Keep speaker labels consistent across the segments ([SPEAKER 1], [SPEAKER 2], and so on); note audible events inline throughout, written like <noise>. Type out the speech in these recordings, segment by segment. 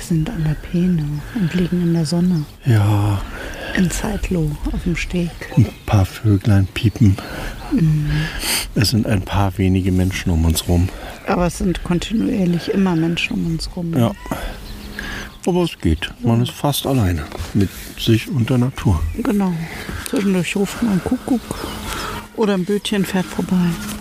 [SPEAKER 1] sind an der Peene und liegen in der Sonne.
[SPEAKER 2] Ja,
[SPEAKER 1] In Zeitloh auf dem Steg.
[SPEAKER 2] ein paar Vöglein piepen.
[SPEAKER 1] Mhm.
[SPEAKER 2] Es sind ein paar wenige Menschen um uns rum.
[SPEAKER 1] Aber es sind kontinuierlich immer Menschen um uns rum.
[SPEAKER 2] Ja. Aber es geht. Man ist fast alleine mit sich und der Natur.
[SPEAKER 1] Genau. Zwischendurch ruft man Kuckuck. Oder ein Bötchen fährt vorbei.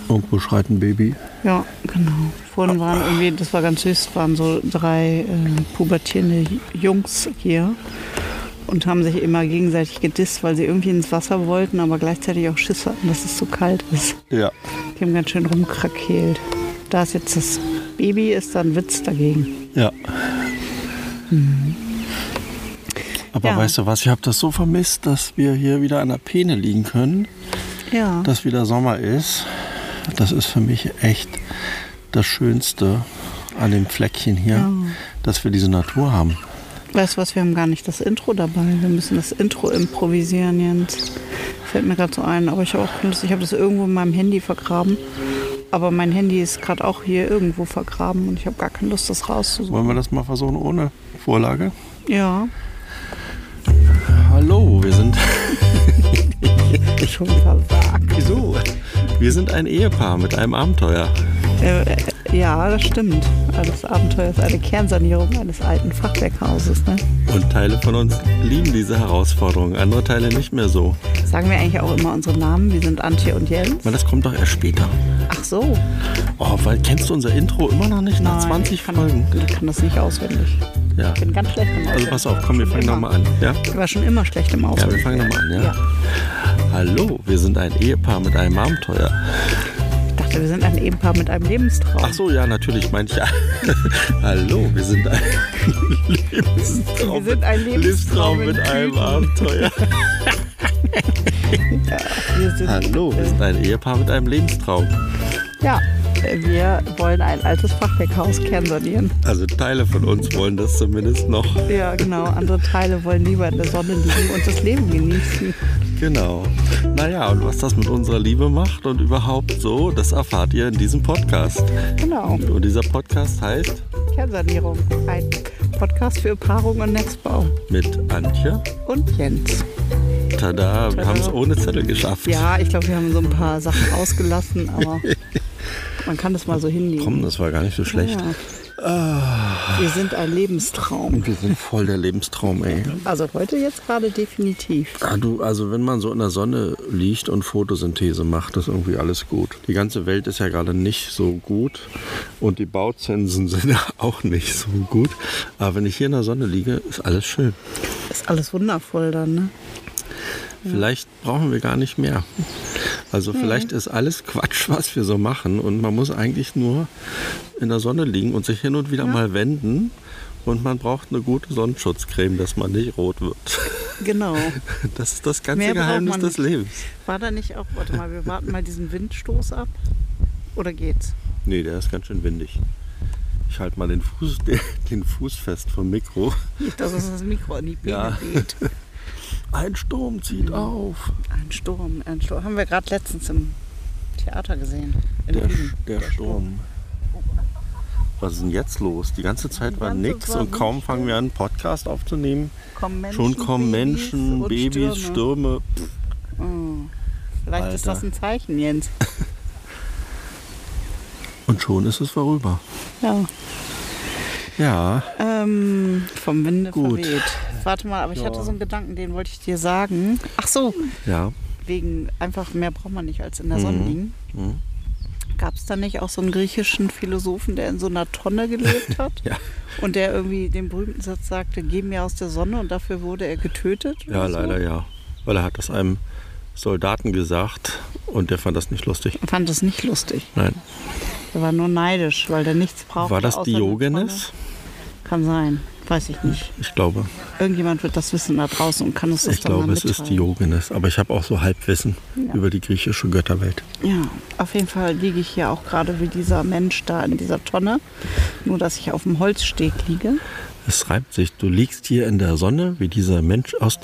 [SPEAKER 2] Irgendwo schreit ein Baby.
[SPEAKER 1] Ja, genau. Vorhin waren irgendwie, das war ganz süß, waren so drei äh, pubertierende Jungs hier und haben sich immer gegenseitig gedisst, weil sie irgendwie ins Wasser wollten, aber gleichzeitig auch Schiss hatten, dass es so kalt ist.
[SPEAKER 2] Ja.
[SPEAKER 1] Die haben ganz schön rumkrakeelt. Da ist jetzt das Baby, ist da ein Witz dagegen.
[SPEAKER 2] Ja. Aber
[SPEAKER 1] Mhm. Ja.
[SPEAKER 2] weißt du was, ich habe das so vermisst, dass wir hier wieder an der Peene liegen können,
[SPEAKER 1] Ja,
[SPEAKER 2] dass wieder Sommer ist. Das ist für mich echt das Schönste an dem Fleckchen hier,
[SPEAKER 1] Ja.
[SPEAKER 2] dass wir diese Natur haben.
[SPEAKER 1] Ähm, weißt du was, wir haben gar nicht das Intro dabei. Wir müssen das Intro improvisieren, Jens. Fällt mir gerade so ein, aber ich habe auch Lust, ich habe das irgendwo in meinem Handy vergraben. Aber mein Handy ist gerade auch hier irgendwo vergraben und ich habe gar keine Lust, das rauszusuchen.
[SPEAKER 2] Wollen wir das mal versuchen ohne Vorlage?
[SPEAKER 1] Ja,
[SPEAKER 2] Hallo, wir sind. <laughs>
[SPEAKER 1] schon versagt.
[SPEAKER 2] Wieso? Wir sind ein Ehepaar mit einem Abenteuer.
[SPEAKER 1] Äh, äh, ja, das stimmt. Also Das Abenteuer ist eine Kernsanierung eines alten Fachwerkhauses. Ne?
[SPEAKER 2] Und Teile von uns lieben diese Herausforderung, andere Teile nicht mehr so.
[SPEAKER 1] Sagen wir eigentlich auch immer unsere Namen. Wir sind Antje und Jens.
[SPEAKER 2] Aber das kommt doch erst später.
[SPEAKER 1] Ach so.
[SPEAKER 2] Oh, weil kennst du unser Intro immer noch nicht? Nach
[SPEAKER 1] Nein,
[SPEAKER 2] 20
[SPEAKER 1] ich kann,
[SPEAKER 2] Folgen.
[SPEAKER 1] Ich kann das nicht auswendig.
[SPEAKER 2] Ja.
[SPEAKER 1] Ich bin ganz schlecht im
[SPEAKER 2] Also
[SPEAKER 1] Auswendig.
[SPEAKER 2] pass auf, komm, wir
[SPEAKER 1] Schon
[SPEAKER 2] fangen
[SPEAKER 1] immer.
[SPEAKER 2] nochmal an. Ja?
[SPEAKER 1] Ich war schon immer schlecht im
[SPEAKER 2] ja, wir
[SPEAKER 1] Auswendig.
[SPEAKER 2] fangen nochmal an, ja? Hallo, wir sind ein Ehepaar mit einem Abenteuer.
[SPEAKER 1] Ich dachte, wir sind ein Ehepaar mit einem Lebenstraum.
[SPEAKER 2] Ach so, ja, <laughs> natürlich meinte ich. Hallo, wir sind ein Lebenstraum.
[SPEAKER 1] Wir sind ein Lebenstraum in
[SPEAKER 2] mit einem
[SPEAKER 1] Tüten.
[SPEAKER 2] Abenteuer.
[SPEAKER 1] <laughs> Wir sind,
[SPEAKER 2] Hallo, wir sind ein Ehepaar mit einem Lebenstraum.
[SPEAKER 1] Ja, wir wollen ein altes Fachwerkhaus kernsanieren.
[SPEAKER 2] Also Teile von uns wollen das zumindest noch.
[SPEAKER 1] Ja, genau. Andere Teile wollen lieber in der Sonne liegen und das Leben genießen.
[SPEAKER 2] Genau. Naja, und was das mit unserer Liebe macht und überhaupt so, das erfahrt ihr in diesem Podcast.
[SPEAKER 1] Genau.
[SPEAKER 2] Und dieser Podcast heißt
[SPEAKER 1] Kernsanierung. Ein Podcast für Paarung und Netzbau.
[SPEAKER 2] mit Antje.
[SPEAKER 1] Und Jens.
[SPEAKER 2] Tada, wir
[SPEAKER 1] Tada.
[SPEAKER 2] haben es ohne Zettel geschafft.
[SPEAKER 1] Ja, ich glaube, wir haben so ein paar Sachen ausgelassen,
[SPEAKER 2] <laughs>
[SPEAKER 1] aber man kann das mal so hinlegen.
[SPEAKER 2] Komm, das war gar nicht so schlecht.
[SPEAKER 1] Ja.
[SPEAKER 2] Ah.
[SPEAKER 1] Wir sind ein Lebenstraum.
[SPEAKER 2] Und wir sind voll der Lebenstraum, ey.
[SPEAKER 1] Also heute jetzt gerade definitiv.
[SPEAKER 2] Ah, du, also wenn man so in der Sonne liegt und Photosynthese macht, ist irgendwie alles gut. Die ganze Welt ist ja gerade nicht so gut und die Bauzinsen <laughs> sind ja auch nicht so gut. Aber wenn ich hier in der Sonne liege, ist alles schön.
[SPEAKER 1] Ist alles wundervoll dann, ne?
[SPEAKER 2] Vielleicht brauchen wir gar nicht mehr. Also
[SPEAKER 1] Mhm.
[SPEAKER 2] vielleicht ist alles Quatsch, was wir so machen und man muss eigentlich nur in der Sonne liegen und sich hin und wieder mal wenden und man braucht eine gute Sonnenschutzcreme, dass man nicht rot wird. <laughs>
[SPEAKER 1] Genau.
[SPEAKER 2] Das ist das ganze
[SPEAKER 1] Mehr braucht
[SPEAKER 2] Geheimnis
[SPEAKER 1] man
[SPEAKER 2] des
[SPEAKER 1] nicht.
[SPEAKER 2] Lebens.
[SPEAKER 1] War da nicht auch, warte mal, wir warten mal diesen Windstoß ab? Oder geht's?
[SPEAKER 2] Nee, der ist ganz schön windig. Ich halte mal den Fuß, <laughs> den, den Fuß fest vom Mikro.
[SPEAKER 1] Nicht, dass uns das Mikro an die Biene
[SPEAKER 2] Ja.
[SPEAKER 1] geht.
[SPEAKER 2] Ein Sturm zieht auf.
[SPEAKER 1] Ein Sturm, ein Sturm. Haben wir gerade letztens im Theater gesehen. In
[SPEAKER 2] Der,
[SPEAKER 1] Wien.
[SPEAKER 2] der Sturm. Was ist denn jetzt los? Die ganze Zeit war
[SPEAKER 1] ganze
[SPEAKER 2] nichts
[SPEAKER 1] war
[SPEAKER 2] und kaum
[SPEAKER 1] nicht
[SPEAKER 2] fangen wir an, einen Podcast aufzunehmen.
[SPEAKER 1] Kommen Menschen,
[SPEAKER 2] Schon
[SPEAKER 1] Babys
[SPEAKER 2] kommen Menschen,
[SPEAKER 1] und
[SPEAKER 2] Babys,
[SPEAKER 1] Stürme. Oh.
[SPEAKER 2] Stürme. Pff,
[SPEAKER 1] Vielleicht ist
[SPEAKER 2] Alter.
[SPEAKER 1] das ein Zeichen, Jens.
[SPEAKER 2] Und schon ist es vorüber.
[SPEAKER 1] Ja.
[SPEAKER 2] Ja,
[SPEAKER 1] Ähm, vom Winde
[SPEAKER 2] Gut.
[SPEAKER 1] verweht. Warte mal, aber ich
[SPEAKER 2] Ja.
[SPEAKER 1] hatte so einen Gedanken, den wollte ich dir sagen. Ach so,
[SPEAKER 2] ja.
[SPEAKER 1] wegen einfach mehr braucht man nicht als in der Sonne liegen.
[SPEAKER 2] Mhm.
[SPEAKER 1] Gab es da nicht auch so einen griechischen Philosophen, der in so einer Tonne gelebt
[SPEAKER 2] <laughs>
[SPEAKER 1] hat?
[SPEAKER 2] Ja.
[SPEAKER 1] Und der irgendwie den berühmten Satz sagte, geh mir aus der Sonne und dafür wurde er getötet?
[SPEAKER 2] Ja,
[SPEAKER 1] oder so?
[SPEAKER 2] leider ja. Weil er hat das einem Soldaten gesagt und der fand das nicht lustig.
[SPEAKER 1] Fand das nicht lustig.
[SPEAKER 2] Nein.
[SPEAKER 1] Der war nur neidisch, weil der nichts brauchte.
[SPEAKER 2] War das
[SPEAKER 1] außer eine
[SPEAKER 2] Diogenes?
[SPEAKER 1] Tonne. Kann sein, weiß ich nicht.
[SPEAKER 2] Ich glaube.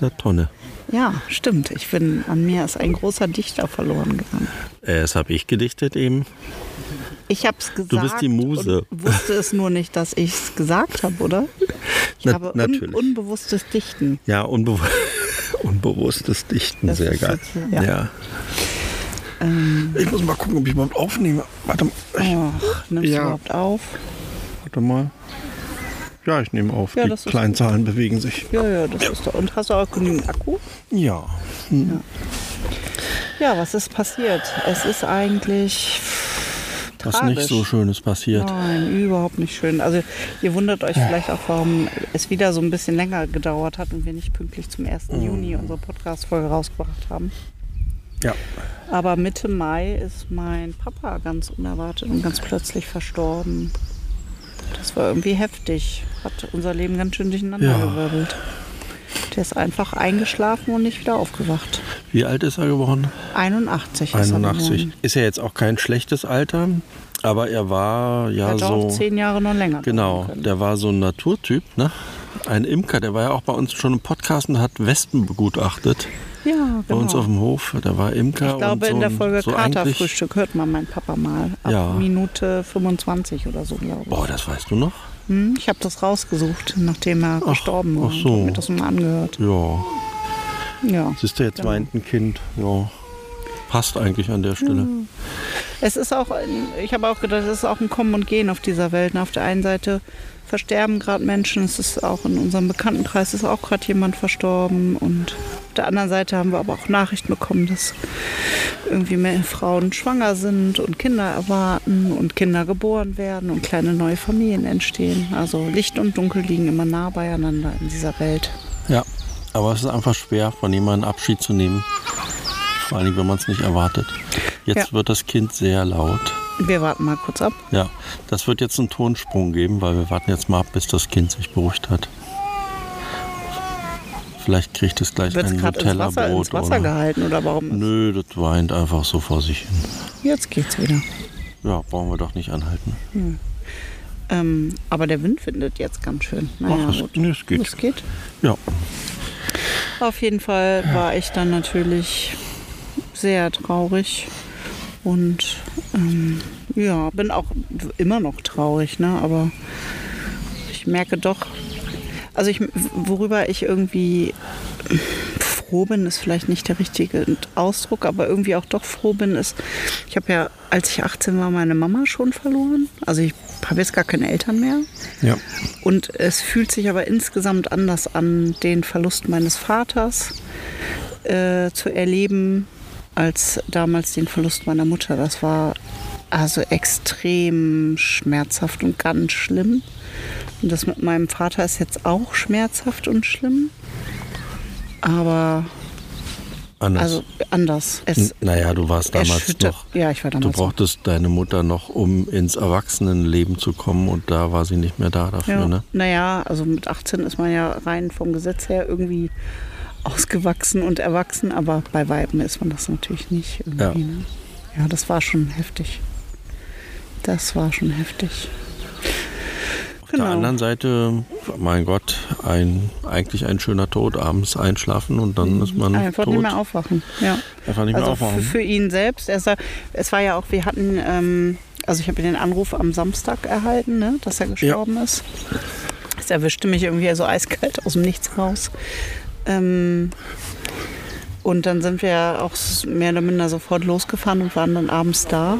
[SPEAKER 2] Äh,
[SPEAKER 1] Ich
[SPEAKER 2] Na-
[SPEAKER 1] habe un
[SPEAKER 2] natürlich.
[SPEAKER 1] unbewusstes Dichten.
[SPEAKER 2] Ja, unbew <laughs> unbewusstes Dichten,
[SPEAKER 1] Das
[SPEAKER 2] sehr
[SPEAKER 1] ist
[SPEAKER 2] geil.
[SPEAKER 1] jetzt, ja.
[SPEAKER 2] ja.
[SPEAKER 1] Ähm,
[SPEAKER 2] Ich muss mal gucken, ob ich überhaupt aufnehme. Warte, mal, ich,
[SPEAKER 1] ach, nimmst
[SPEAKER 2] Ja.
[SPEAKER 1] du überhaupt auf?
[SPEAKER 2] warte mal. Ja, ich nehme auf.
[SPEAKER 1] Ja,
[SPEAKER 2] Die
[SPEAKER 1] das ist
[SPEAKER 2] kleinen Zahlen bewegen sich.
[SPEAKER 1] Ja, ja, das ist doch. Und hast du auch genügend Akku?
[SPEAKER 2] Ja. Hm.
[SPEAKER 1] Ja, was ist passiert? Es ist eigentlich
[SPEAKER 2] Was nicht so
[SPEAKER 1] tragisch.
[SPEAKER 2] Schönes passiert.
[SPEAKER 1] Nein, überhaupt nicht schön. Also ihr wundert euch vielleicht auch, warum es wieder so ein bisschen länger gedauert hat und wir nicht pünktlich zum 1.
[SPEAKER 2] Mhm.
[SPEAKER 1] Juni unsere Podcast-Folge rausgebracht haben.
[SPEAKER 2] Ja.
[SPEAKER 1] Aber Mitte Mai ist mein Papa ganz unerwartet und ganz plötzlich verstorben. Das war irgendwie heftig. Hat unser Leben ganz schön
[SPEAKER 2] Ja.
[SPEAKER 1] durcheinandergewirbelt. Der ist einfach eingeschlafen und nicht wieder aufgewacht.
[SPEAKER 2] Wie alt ist er geworden?
[SPEAKER 1] 81 ist er
[SPEAKER 2] 81.
[SPEAKER 1] geworden.
[SPEAKER 2] Ist ja jetzt auch kein schlechtes Alter, aber er war ja
[SPEAKER 1] Hätte
[SPEAKER 2] so.
[SPEAKER 1] auch zehn Jahre noch länger.
[SPEAKER 2] Also, Genau,
[SPEAKER 1] dauern können.
[SPEAKER 2] der war so ein Naturtyp, ne? Ein Imker, der war ja auch bei uns schon im Podcast und hat Wespen begutachtet.
[SPEAKER 1] Ja,
[SPEAKER 2] Bei
[SPEAKER 1] genau.
[SPEAKER 2] uns auf dem Hof, der war Imker.
[SPEAKER 1] ich glaube,
[SPEAKER 2] und so
[SPEAKER 1] in der
[SPEAKER 2] ein-
[SPEAKER 1] Folge
[SPEAKER 2] so eigentlich-
[SPEAKER 1] Katerfrühstück hört man meinen Papa mal. Ab
[SPEAKER 2] Ja.
[SPEAKER 1] Minute 25 oder so, glaube ich.
[SPEAKER 2] Boah, das weißt du noch?
[SPEAKER 1] Hm, ich habe das rausgesucht, nachdem er gestorben war.
[SPEAKER 2] ach so.
[SPEAKER 1] Ich hab mir das mal angehört.
[SPEAKER 2] Ja,
[SPEAKER 1] Ja.
[SPEAKER 2] siehst du, jetzt
[SPEAKER 1] Genau.
[SPEAKER 2] weint ein Kind. Ja, passt eigentlich an der Stelle.
[SPEAKER 1] Hm. Es ist auch, ein, ich habe auch gedacht, es ist auch ein Kommen und Gehen auf dieser Welt. Und auf der einen Seite versterben gerade Menschen, es ist auch in unserem Bekanntenkreis ist auch gerade jemand verstorben und auf der anderen Seite haben wir aber auch Nachrichten bekommen, dass irgendwie mehr Frauen schwanger sind und Kinder erwarten und Kinder geboren werden und kleine neue Familien entstehen. Also Licht und Dunkel liegen immer nah beieinander in dieser Welt.
[SPEAKER 2] Ja, aber es ist einfach schwer, von jemandem Abschied zu nehmen. Vor allem, wenn man es nicht erwartet. Jetzt
[SPEAKER 1] Ja.
[SPEAKER 2] wird das Kind sehr laut.
[SPEAKER 1] Wir warten mal kurz ab.
[SPEAKER 2] Ja, das wird jetzt einen Tonsprung geben, weil wir warten jetzt mal ab, bis das Kind sich beruhigt hat. Vielleicht kriegt es gleich
[SPEAKER 1] Wird es
[SPEAKER 2] ein
[SPEAKER 1] gerade ins Wasser,
[SPEAKER 2] Nutella-Brot.
[SPEAKER 1] ins Wasser
[SPEAKER 2] oder-
[SPEAKER 1] gehalten oder warum?
[SPEAKER 2] Nö, das weint einfach so vor sich hin.
[SPEAKER 1] Jetzt geht's wieder.
[SPEAKER 2] Ja, brauchen wir doch nicht anhalten.
[SPEAKER 1] Ähm, aber der Wind windet jetzt ganz schön. Naja,
[SPEAKER 2] Ach, es,
[SPEAKER 1] gut.
[SPEAKER 2] nee, es geht.
[SPEAKER 1] Es geht.
[SPEAKER 2] Ja,
[SPEAKER 1] Auf jeden Fall war ich dann natürlich sehr traurig und ähm, ja, bin auch immer noch traurig, ne? Aber ich merke doch, also ich, worüber ich irgendwie froh bin, ist vielleicht nicht der richtige Ausdruck, aber irgendwie auch doch froh bin, ist, ich habe ja, als ich 18 war, meine Mama schon verloren. Also ich habe jetzt gar keine Eltern mehr.
[SPEAKER 2] ja.
[SPEAKER 1] Und es fühlt sich aber insgesamt anders an, den Verlust meines Vaters äh, zu erleben, als damals den Verlust meiner Mutter. Das war also extrem schmerzhaft und ganz schlimm. Und das mit meinem Vater ist jetzt auch schmerzhaft und schlimm. Aber
[SPEAKER 2] Anders.
[SPEAKER 1] also anders. Es
[SPEAKER 2] N- naja, du warst damals
[SPEAKER 1] erschüttert-
[SPEAKER 2] noch.
[SPEAKER 1] Ja, ich war
[SPEAKER 2] Du
[SPEAKER 1] damals noch
[SPEAKER 2] brauchtest deine Mutter noch, um ins Erwachsenenleben zu kommen und da war sie nicht mehr da dafür,
[SPEAKER 1] Ja.
[SPEAKER 2] ne?
[SPEAKER 1] Naja, also mit 18 ist man ja rein vom Gesetz her irgendwie ausgewachsen und erwachsen, aber bei Weiben ist man das natürlich nicht. Irgendwie,
[SPEAKER 2] Ja.
[SPEAKER 1] Ne? ja, das war schon heftig. Das war schon heftig.
[SPEAKER 2] Auf
[SPEAKER 1] Genau.
[SPEAKER 2] der anderen Seite, mein Gott, ein, eigentlich ein schöner Tod, abends einschlafen und dann ist man
[SPEAKER 1] Einfach
[SPEAKER 2] tot.
[SPEAKER 1] nicht mehr aufwachen. Ja.
[SPEAKER 2] Einfach nicht mehr
[SPEAKER 1] also
[SPEAKER 2] aufwachen.
[SPEAKER 1] Für, für ihn selbst. Er sa- es war ja auch, wir hatten, ähm, also ich habe den Anruf am Samstag erhalten, ne, dass er gestorben ist. Es erwischte mich irgendwie so eiskalt aus dem Nichts raus. Ähm, und dann sind wir auch s- mehr oder minder sofort losgefahren und waren dann abends da.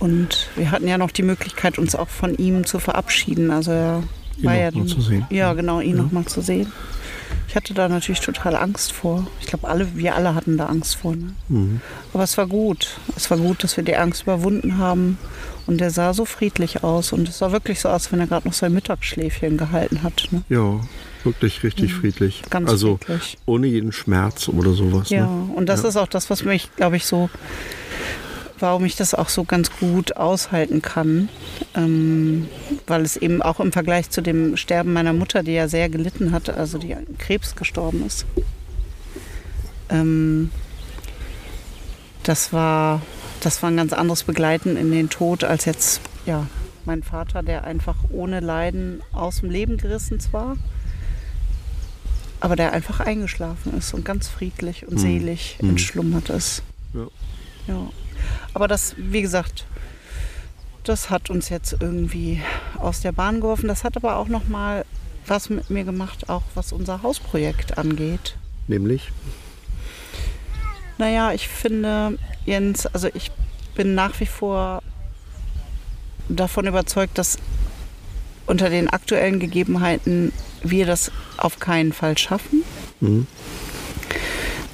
[SPEAKER 1] Und wir hatten ja noch die Möglichkeit, uns auch von ihm zu verabschieden. Also er
[SPEAKER 2] Ihn
[SPEAKER 1] war ja
[SPEAKER 2] noch mal
[SPEAKER 1] dann-
[SPEAKER 2] Genau, um zu sehen.
[SPEAKER 1] Ja, genau, ihn noch nochmal zu sehen. Ich hatte da natürlich total Angst vor. Ich glaube, alle, wir alle hatten da Angst vor. Ne?
[SPEAKER 2] Mhm.
[SPEAKER 1] Aber es war gut. Es war gut, dass wir die Angst überwunden haben. Und er sah so friedlich aus. Und es sah wirklich so aus, wenn er gerade noch sein Mittagsschläfchen gehalten hat. Ne?
[SPEAKER 2] Ja, wirklich richtig friedlich.
[SPEAKER 1] Ganz
[SPEAKER 2] also
[SPEAKER 1] friedlich.
[SPEAKER 2] ohne jeden Schmerz oder sowas.
[SPEAKER 1] Ja,
[SPEAKER 2] Ne?
[SPEAKER 1] und das ist auch das, was mich, glaube ich, so, warum ich das auch so ganz gut aushalten kann. Ähm, weil es eben auch im Vergleich zu dem Sterben meiner Mutter, die ja sehr gelitten hat, also die an Krebs gestorben ist. Ähm, das war, das war ein ganz anderes Begleiten in den Tod als jetzt, ja, mein Vater, der einfach ohne Leiden aus dem Leben gerissen zwar, aber der einfach eingeschlafen ist und ganz friedlich und selig
[SPEAKER 2] Hm.
[SPEAKER 1] entschlummert ist.
[SPEAKER 2] Ja.
[SPEAKER 1] ja. Aber das, wie gesagt, das hat uns jetzt irgendwie aus der Bahn geworfen. Das hat aber auch noch mal was mit mir gemacht, auch was unser Hausprojekt angeht.
[SPEAKER 2] Nämlich?
[SPEAKER 1] Naja, ich finde, Jens, also ich bin nach wie vor davon überzeugt, dass unter den aktuellen Gegebenheiten wir das auf keinen Fall schaffen.
[SPEAKER 2] Mhm.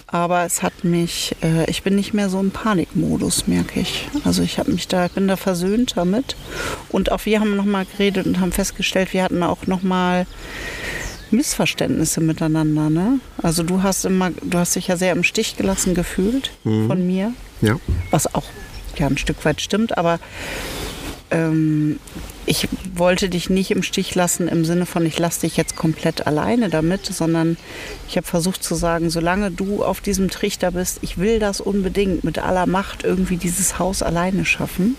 [SPEAKER 1] Aber es hat mich, äh, ich bin nicht mehr so im Panikmodus, merke ich. Also ich habe mich da, ich bin da versöhnt damit. Und auch wir haben nochmal geredet und haben festgestellt, wir hatten auch nochmal Missverständnisse miteinander. Ne? Also du hast immer, du hast dich ja sehr im Stich gelassen gefühlt
[SPEAKER 2] Mhm.
[SPEAKER 1] von mir,
[SPEAKER 2] Ja.
[SPEAKER 1] was auch ja ein Stück weit stimmt, aber ähm, ich wollte dich nicht im Stich lassen im Sinne von, ich lasse dich jetzt komplett alleine damit, sondern ich habe versucht zu sagen, solange du auf diesem Trichter bist, ich will das unbedingt mit aller Macht irgendwie dieses Haus alleine schaffen,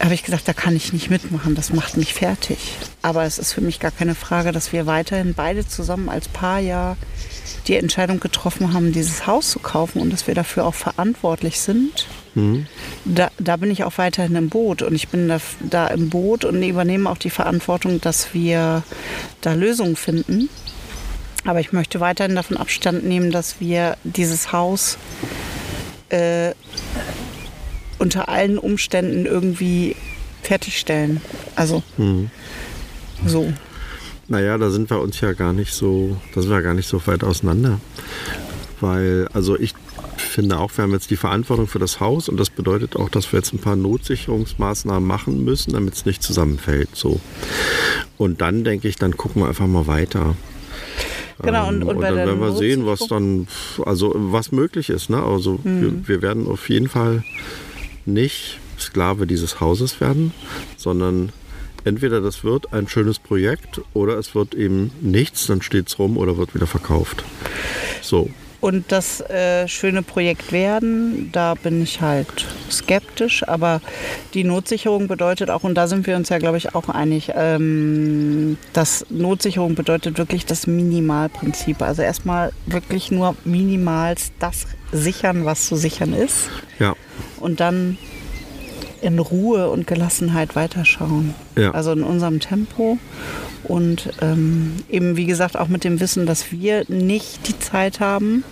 [SPEAKER 1] habe ich gesagt, da kann ich nicht mitmachen, das macht mich fertig. Aber es ist für mich gar keine Frage, dass wir weiterhin beide zusammen als Paar ja die Entscheidung getroffen haben, dieses Haus zu kaufen und dass wir dafür auch verantwortlich sind da, da bin ich auch weiterhin im Boot und ich bin da, da im Boot und übernehme auch die Verantwortung, dass wir da Lösungen finden. Aber ich möchte weiterhin davon Abstand nehmen, dass wir dieses Haus äh, unter allen Umständen irgendwie fertigstellen. Also so.
[SPEAKER 2] Naja, da sind wir uns ja gar nicht so, da sind wir gar nicht so weit auseinander. Weil, also ich finde auch, wir haben jetzt die Verantwortung für das Haus und das bedeutet auch, dass wir jetzt ein paar Notsicherungsmaßnahmen machen müssen, damit es nicht zusammenfällt. So. Und dann denke ich, dann gucken wir einfach mal weiter.
[SPEAKER 1] Genau, und-
[SPEAKER 2] Ähm,
[SPEAKER 1] und bei
[SPEAKER 2] dann
[SPEAKER 1] der Hm.
[SPEAKER 2] werden wir sehen, was
[SPEAKER 1] Notsicherung-
[SPEAKER 2] dann, also was möglich ist. Ne? Also
[SPEAKER 1] Hm.
[SPEAKER 2] wir, wir werden auf jeden Fall nicht Sklave dieses Hauses werden, sondern entweder das wird ein schönes Projekt oder es wird eben nichts, dann steht es rum oder wird wieder verkauft. So,
[SPEAKER 1] Und das äh, schöne Projekt werden, da bin ich halt skeptisch. Aber die Notsicherung bedeutet auch, und da sind wir uns ja, glaube ich, auch einig, ähm, dass Notsicherung bedeutet wirklich das Minimalprinzip. Also erstmal wirklich nur minimals das sichern, was zu sichern ist.
[SPEAKER 2] ja,
[SPEAKER 1] Und dann in Ruhe und Gelassenheit weiterschauen.
[SPEAKER 2] Ja.
[SPEAKER 1] Also in unserem Tempo. Und ähm, eben, wie gesagt, auch mit dem Wissen, dass wir nicht die Zeit haben.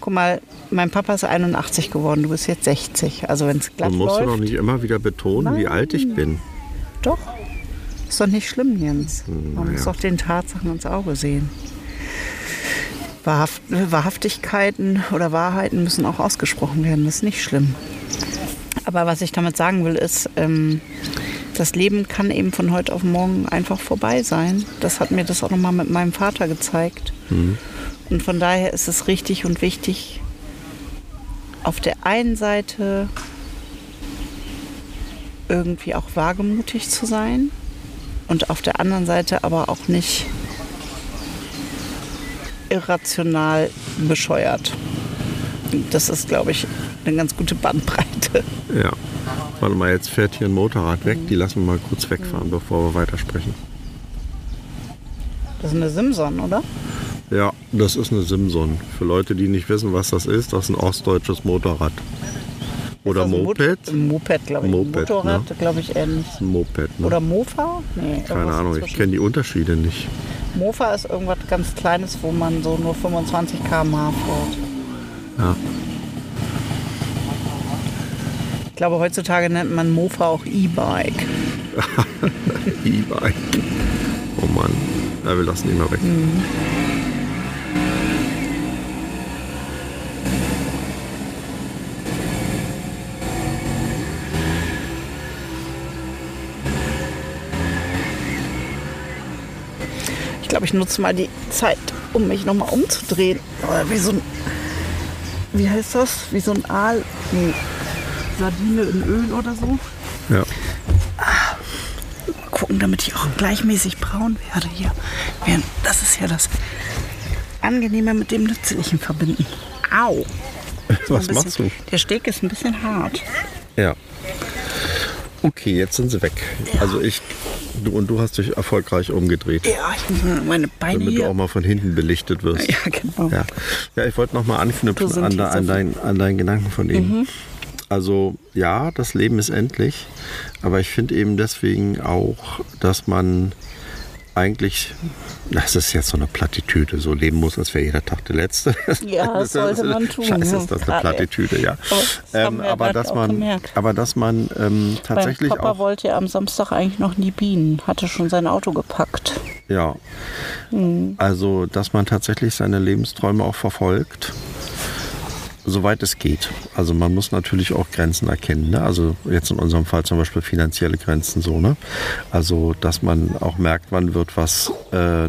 [SPEAKER 1] Guck mal, mein Papa ist 81 geworden, du bist jetzt 60. Also wenn es glatt
[SPEAKER 2] man muss
[SPEAKER 1] läuft,
[SPEAKER 2] doch nicht immer wieder betonen, wie alt ich bin.
[SPEAKER 1] doch. Ist doch nicht schlimm, Jens. Man
[SPEAKER 2] Hm, na
[SPEAKER 1] muss
[SPEAKER 2] ja.
[SPEAKER 1] doch den Tatsachen ins Auge sehen. Wahrhaft, Wahrhaftigkeiten oder Wahrheiten müssen auch ausgesprochen werden. Das ist nicht schlimm. Aber was ich damit sagen will, ist, ähm, das Leben kann eben von heute auf morgen einfach vorbei sein. Das hat mir das auch nochmal mit meinem Vater gezeigt.
[SPEAKER 2] Mhm.
[SPEAKER 1] Und von daher ist es richtig und wichtig, auf der einen Seite irgendwie auch wagemutig zu sein und auf der anderen Seite aber auch nicht irrational bescheuert. Das ist, glaube ich, eine ganz gute Bandbreite.
[SPEAKER 2] Ja. Warte mal, jetzt fährt hier ein Motorrad weg, die lassen wir mal kurz
[SPEAKER 1] Mhm.
[SPEAKER 2] wegfahren, bevor wir weitersprechen.
[SPEAKER 1] Das ist eine Simson, oder?
[SPEAKER 2] Ja, das ist eine Simson. Für Leute, die nicht wissen, was das ist, das ist ein ostdeutsches Motorrad. Oder
[SPEAKER 1] ist das ein
[SPEAKER 2] Moped?
[SPEAKER 1] Mot- Moped, glaube ich.
[SPEAKER 2] Moped,
[SPEAKER 1] Motorrad,
[SPEAKER 2] ne?
[SPEAKER 1] glaube ich, eher nicht.
[SPEAKER 2] Moped, ne?
[SPEAKER 1] Oder Mofa? Nee,
[SPEAKER 2] Keine
[SPEAKER 1] irgendwas
[SPEAKER 2] Ahnung, ich
[SPEAKER 1] dazwischen.
[SPEAKER 2] kenne die Unterschiede nicht.
[SPEAKER 1] Mofa ist irgendwas ganz Kleines, wo man so nur 25 km/h fährt.
[SPEAKER 2] Ja. <laughs>
[SPEAKER 1] Ich glaube, heutzutage nennt man Mofa auch E-Bike.
[SPEAKER 2] E-Bike. Oh Mann, ja, wir lassen ihn mal weg.
[SPEAKER 1] Mhm. Ich glaube, ich nutze mal die Zeit, um mich nochmal umzudrehen. Oder wie so ein. Wie heißt das? Wie so ein Aal. Nee. Sardine in Öl oder so.
[SPEAKER 2] Ja.
[SPEAKER 1] gucken, damit ich auch gleichmäßig braun werde hier. Während- Das ist ja das Angenehme mit dem Nützlichen verbinden. Au!
[SPEAKER 2] Was
[SPEAKER 1] Ein bisschen-
[SPEAKER 2] machst du?
[SPEAKER 1] Der Steg ist ein bisschen hart.
[SPEAKER 2] Ja. Okay, jetzt sind sie weg. Also ich du und du hast dich erfolgreich umgedreht,
[SPEAKER 1] Ja, ich muss mir meine Beine
[SPEAKER 2] damit du
[SPEAKER 1] hier.
[SPEAKER 2] auch mal von hinten belichtet
[SPEAKER 1] <laughs>
[SPEAKER 2] wirst.
[SPEAKER 1] Ja, genau.
[SPEAKER 2] Ja, ja ich wollte noch mal
[SPEAKER 1] Du Mhm.
[SPEAKER 2] anknüpfen
[SPEAKER 1] sind
[SPEAKER 2] an,
[SPEAKER 1] die
[SPEAKER 2] de, an,
[SPEAKER 1] Sachen.
[SPEAKER 2] dein, an deinen Gedanken von eben. Also ja, das Leben ist endlich, aber ich finde eben deswegen auch, dass man eigentlich, das ist jetzt so eine Plattitüde, so leben muss, als wäre jeder Tag der letzte. <laughs>
[SPEAKER 1] Ja, das sollte
[SPEAKER 2] ist-
[SPEAKER 1] man tun.
[SPEAKER 2] Scheiße, ist das eine
[SPEAKER 1] Gerade.
[SPEAKER 2] Plattitüde, ja.
[SPEAKER 1] Aber das haben
[SPEAKER 2] Ähm,
[SPEAKER 1] wir
[SPEAKER 2] aber,
[SPEAKER 1] gerade
[SPEAKER 2] dass
[SPEAKER 1] auch
[SPEAKER 2] man,
[SPEAKER 1] gemerkt.
[SPEAKER 2] aber dass man ähm, tatsächlich
[SPEAKER 1] Mein Papa
[SPEAKER 2] auch.
[SPEAKER 1] wollte ja am Samstag eigentlich noch in die Bienen, hatte schon sein Auto gepackt.
[SPEAKER 2] Ja.
[SPEAKER 1] Hm.
[SPEAKER 2] Also, dass man tatsächlich seine Lebensträume auch verfolgt, soweit es geht. Also, man muss natürlich auch Grenzen erkennen. Ne? Also, jetzt in unserem Fall zum Beispiel finanzielle Grenzen so. Ne? Also, dass man auch merkt, wann wird was. Äh,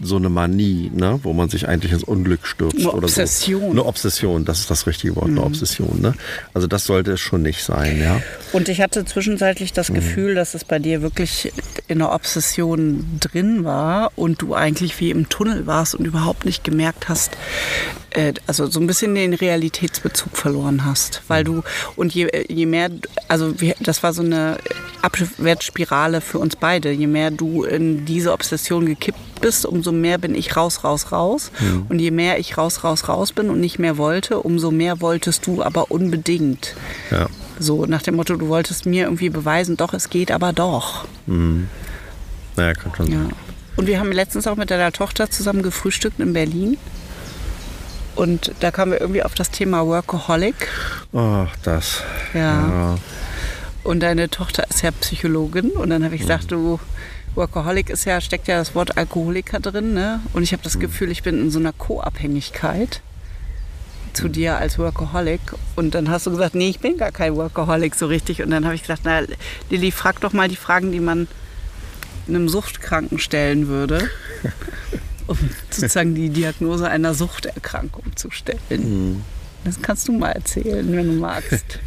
[SPEAKER 2] so eine Manie, ne? wo man sich eigentlich ins Unglück stürzt.
[SPEAKER 1] Eine
[SPEAKER 2] oder
[SPEAKER 1] Obsession. Mhm.
[SPEAKER 2] So. Eine Obsession, das ist das richtige Wort, eine Obsession. Ne? Also das sollte es schon nicht sein. Ja?
[SPEAKER 1] Und ich hatte zwischenzeitlich das Gefühl, dass es bei dir wirklich in der Obsession drin war und du eigentlich wie im Tunnel warst und überhaupt nicht gemerkt hast, äh, also so ein bisschen den Realitätsbezug verloren hast. Weil du, und je, äh, je mehr, also wir, das war so eine Abwärtsspirale für uns beide. Je mehr du in diese Obsession gekippt bist, umso mehr bin ich raus, raus, raus. Und je mehr ich raus, raus, raus bin und nicht mehr wollte, umso mehr wolltest du aber unbedingt.
[SPEAKER 2] Ja.
[SPEAKER 1] So nach dem Motto, du wolltest mir irgendwie beweisen, doch, es geht aber doch.
[SPEAKER 2] Naja, Mhm. kann schon
[SPEAKER 1] Ja.
[SPEAKER 2] sein.
[SPEAKER 1] Und wir haben letztens auch mit deiner Tochter zusammen gefrühstückt in Berlin. Und da kamen wir irgendwie auf das Thema Workaholic.
[SPEAKER 2] Ach, das.
[SPEAKER 1] Ja.
[SPEAKER 2] ja.
[SPEAKER 1] Und deine Tochter ist ja Psychologin. Und dann habe ich
[SPEAKER 2] Mhm.
[SPEAKER 1] gesagt, du, Workaholic ist ja, steckt ja das Wort Alkoholiker drin, ne? Und ich habe
[SPEAKER 2] Mhm.
[SPEAKER 1] das Gefühl, ich bin in so einer Co-Abhängigkeit zu dir als Workaholic. Und dann hast du gesagt, nee, ich bin gar kein Workaholic so richtig. Und dann habe ich gesagt, na, Lilly, frag doch mal die Fragen, die man einem Suchtkranken stellen
[SPEAKER 2] <laughs>
[SPEAKER 1] würde, um sozusagen die Diagnose einer Suchterkrankung zu stellen.
[SPEAKER 2] Mhm.
[SPEAKER 1] Das kannst du mal erzählen, wenn du
[SPEAKER 2] <laughs>
[SPEAKER 1] magst.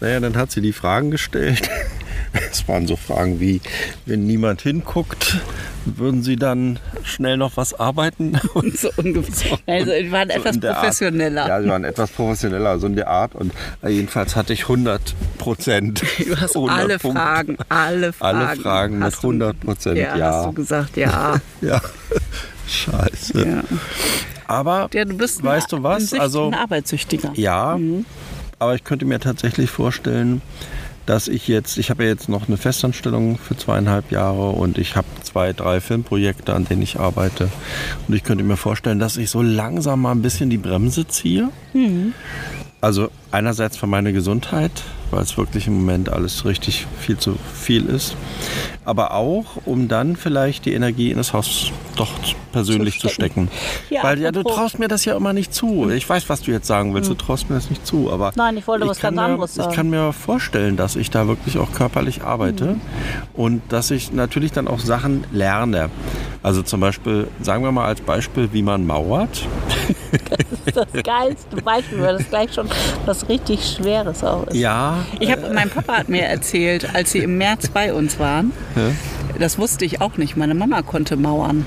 [SPEAKER 2] Naja, dann hat sie die Fragen gestellt. <laughs> Es waren so Fragen wie, wenn niemand hinguckt, würden Sie dann schnell noch was arbeiten? <laughs> Und
[SPEAKER 1] so ungefähr. Also wir waren
[SPEAKER 2] so
[SPEAKER 1] etwas
[SPEAKER 2] in der Art.
[SPEAKER 1] professioneller.
[SPEAKER 2] Ja, sie waren etwas professioneller, so in der Art. Und äh, jedenfalls hatte ich 100 Prozent.
[SPEAKER 1] Du hast alle Fragen, alle Fragen.
[SPEAKER 2] Alle Fragen mit
[SPEAKER 1] hast du-
[SPEAKER 2] 100 Prozent,
[SPEAKER 1] Ja, hast
[SPEAKER 2] ja.
[SPEAKER 1] du gesagt,
[SPEAKER 2] <laughs>
[SPEAKER 1] ja.
[SPEAKER 2] Ja. Scheiße.
[SPEAKER 1] ja.
[SPEAKER 2] Aber
[SPEAKER 1] ja du bist
[SPEAKER 2] weißt
[SPEAKER 1] ein,
[SPEAKER 2] du was?
[SPEAKER 1] Ein, Sücht-
[SPEAKER 2] Also-
[SPEAKER 1] ein Arbeitssüchtiger.
[SPEAKER 2] Ja, aber ich könnte mir tatsächlich vorstellen, dass ich jetzt, ich habe ja jetzt noch eine Festanstellung für zweieinhalb Jahre und ich habe zwei, drei Filmprojekte, an denen ich arbeite. Und ich könnte mir vorstellen, dass ich so langsam mal ein bisschen die Bremse ziehe.
[SPEAKER 1] Hm.
[SPEAKER 2] Also einerseits für meine Gesundheit, weil es wirklich im Moment alles richtig viel zu viel ist. Aber auch, um dann vielleicht die Energie in das Haus doch persönlich
[SPEAKER 1] Zu
[SPEAKER 2] zu
[SPEAKER 1] stecken.
[SPEAKER 2] stecken.
[SPEAKER 1] Ja,
[SPEAKER 2] weil ja, du
[SPEAKER 1] apropos- Hm.
[SPEAKER 2] traust mir das ja immer nicht zu. Ich weiß, was du jetzt sagen willst. Du traust mir das nicht zu. Aber
[SPEAKER 1] Nein, ich wollte was
[SPEAKER 2] kann
[SPEAKER 1] ganz
[SPEAKER 2] mir,
[SPEAKER 1] anderes sagen.
[SPEAKER 2] Ich kann mir vorstellen, dass ich da wirklich auch körperlich arbeite
[SPEAKER 1] Mhm.
[SPEAKER 2] und dass ich natürlich dann auch Sachen lerne. Also zum Beispiel, sagen wir mal als Beispiel, wie man mauert.
[SPEAKER 3] das geilste Beispiel, weil das gleich schon was richtig Schweres auch ist.
[SPEAKER 2] Ja,
[SPEAKER 1] Ich hab, mein Papa hat mir erzählt, als sie im März bei uns waren, das wusste ich auch nicht, meine Mama konnte mauern.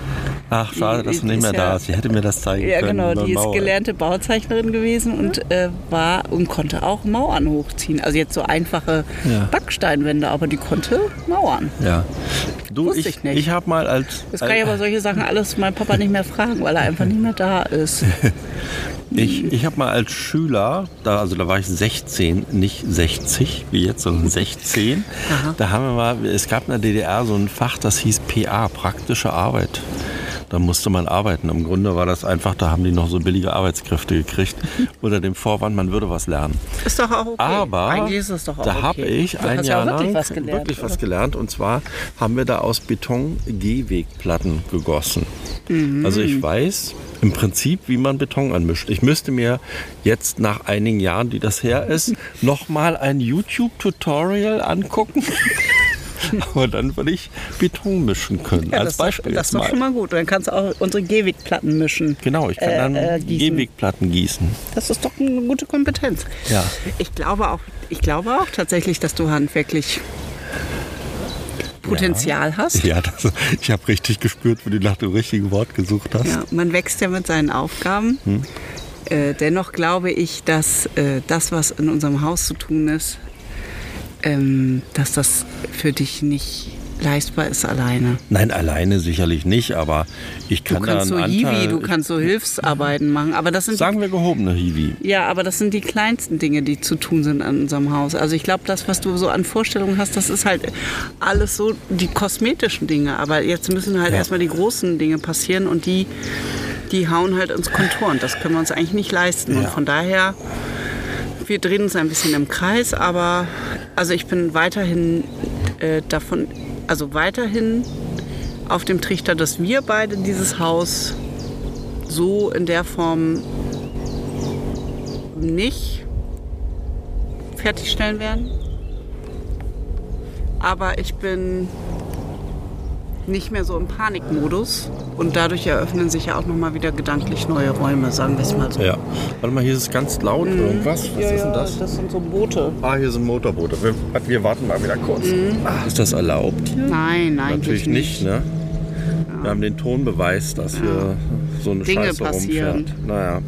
[SPEAKER 2] Ach, schade, dass
[SPEAKER 1] Die-
[SPEAKER 2] du nicht
[SPEAKER 1] die
[SPEAKER 2] mehr
[SPEAKER 1] ist
[SPEAKER 2] da
[SPEAKER 1] ja-
[SPEAKER 2] ist. Sie hätte mir das zeigen
[SPEAKER 1] Ja,
[SPEAKER 2] können.
[SPEAKER 1] genau,
[SPEAKER 2] wie man
[SPEAKER 1] die ist
[SPEAKER 2] mauert.
[SPEAKER 1] gelernte Bauzeichnerin gewesen und äh, war und konnte auch Mauern hochziehen. Also jetzt so einfache
[SPEAKER 2] Ja.
[SPEAKER 1] Backsteinwände, aber die konnte Mauern.
[SPEAKER 2] Ja. Du,
[SPEAKER 1] Wusste
[SPEAKER 2] ich,
[SPEAKER 1] ich
[SPEAKER 2] ich,
[SPEAKER 1] nicht.
[SPEAKER 2] habe mal als.
[SPEAKER 1] Jetzt kann ich aber solche Sachen alles meinen Papa nicht mehr fragen, weil er einfach nicht mehr da ist.
[SPEAKER 2] Ich, ich habe mal als Schüler, da, also da war ich 16, nicht 60 wie jetzt, sondern 16. da haben wir mal, es gab in der DDR so ein Fach, das hieß PA, praktische Arbeit. Da musste man arbeiten. Im Grunde war das einfach, da haben die noch so billige Arbeitskräfte gekriegt, unter dem Vorwand, man würde was lernen.
[SPEAKER 1] Ist doch auch okay.
[SPEAKER 2] Aber
[SPEAKER 1] Eigentlich ist es doch auch
[SPEAKER 2] da
[SPEAKER 1] okay. ne?
[SPEAKER 2] habe ich
[SPEAKER 1] Du
[SPEAKER 2] ein
[SPEAKER 1] hast ja
[SPEAKER 2] Jahr
[SPEAKER 1] auch wirklich
[SPEAKER 2] lang
[SPEAKER 1] was gelernt.
[SPEAKER 2] wirklich
[SPEAKER 1] oder?
[SPEAKER 2] was gelernt. Und zwar haben wir da aus Beton Gehwegplatten gegossen.
[SPEAKER 1] Mhm.
[SPEAKER 2] Also ich weiß im Prinzip, wie man Beton anmischt. Ich müsste mir jetzt nach einigen Jahren, die das
[SPEAKER 1] <laughs>
[SPEAKER 2] her ist, nochmal ein
[SPEAKER 1] <laughs>
[SPEAKER 2] YouTube-Tutorial angucken. Aber dann würde ich Beton mischen können.
[SPEAKER 1] ja,
[SPEAKER 2] als
[SPEAKER 1] das ist doch-
[SPEAKER 2] Beispiel.
[SPEAKER 1] Das ist
[SPEAKER 2] jetzt
[SPEAKER 1] doch schon mal gut. Dann kannst du auch unsere Gehwegplatten mischen.
[SPEAKER 2] Genau, ich kann
[SPEAKER 1] äh,
[SPEAKER 2] dann
[SPEAKER 1] äh, gießen.
[SPEAKER 2] Gehwegplatten gießen.
[SPEAKER 1] Das ist doch eine gute Kompetenz.
[SPEAKER 2] Ja.
[SPEAKER 1] Ich glaube auch, ich glaube auch tatsächlich, dass du handwerklich Potenzial hast.
[SPEAKER 2] Ja, das, ich habe richtig gespürt, wo du nach dem richtigen Wort gesucht hast.
[SPEAKER 1] Ja, man wächst ja mit seinen Aufgaben.
[SPEAKER 2] Hm.
[SPEAKER 1] Äh, dennoch glaube ich, dass äh, das, was in unserem Haus zu tun ist, ähm, dass das für dich nicht leistbar ist alleine.
[SPEAKER 2] Nein, alleine sicherlich nicht, aber ich
[SPEAKER 1] Du
[SPEAKER 2] kann da
[SPEAKER 1] kannst
[SPEAKER 2] einen
[SPEAKER 1] so Hiwi,
[SPEAKER 2] Anteil,
[SPEAKER 1] du kannst so Hilfsarbeiten machen, aber das sind
[SPEAKER 2] sagen wir gehobene Hiwi.
[SPEAKER 1] ja, aber das sind die kleinsten Dinge, die zu tun sind an unserem Haus. Also ich glaube, das, was du so an Vorstellungen hast, das ist halt alles so die kosmetischen Dinge. Aber jetzt müssen halt
[SPEAKER 2] Ja.
[SPEAKER 1] erstmal die großen Dinge passieren und die, die hauen halt ins Kontor und das können wir uns eigentlich nicht leisten. Und
[SPEAKER 2] Ja.
[SPEAKER 1] von daher, wir drehen uns ein bisschen im Kreis, aber also ich bin weiterhin äh, davon, also weiterhin auf dem Trichter, dass wir beide dieses Haus so in der Form nicht fertigstellen werden. Aber ich bin nicht mehr so im Panikmodus und dadurch eröffnen sich ja auch nochmal wieder gedanklich neue Räume, sagen wir es mal so.
[SPEAKER 2] Ja. Warte mal, hier ist es ganz laut
[SPEAKER 1] Mhm.
[SPEAKER 2] irgendwas. Was ist denn das?
[SPEAKER 1] sind so Boote.
[SPEAKER 2] Ah, hier sind Motorboote. Wir, wir warten mal wieder
[SPEAKER 1] Mhm.
[SPEAKER 2] kurz. Ah, ist das erlaubt hier?
[SPEAKER 1] Nein, eigentlich
[SPEAKER 2] Natürlich nicht, ne? Wir haben den Tonbeweis, dass hier so eine
[SPEAKER 1] Ah. Dinge
[SPEAKER 2] Scheiße
[SPEAKER 1] passieren.
[SPEAKER 2] rumfährt. Naja,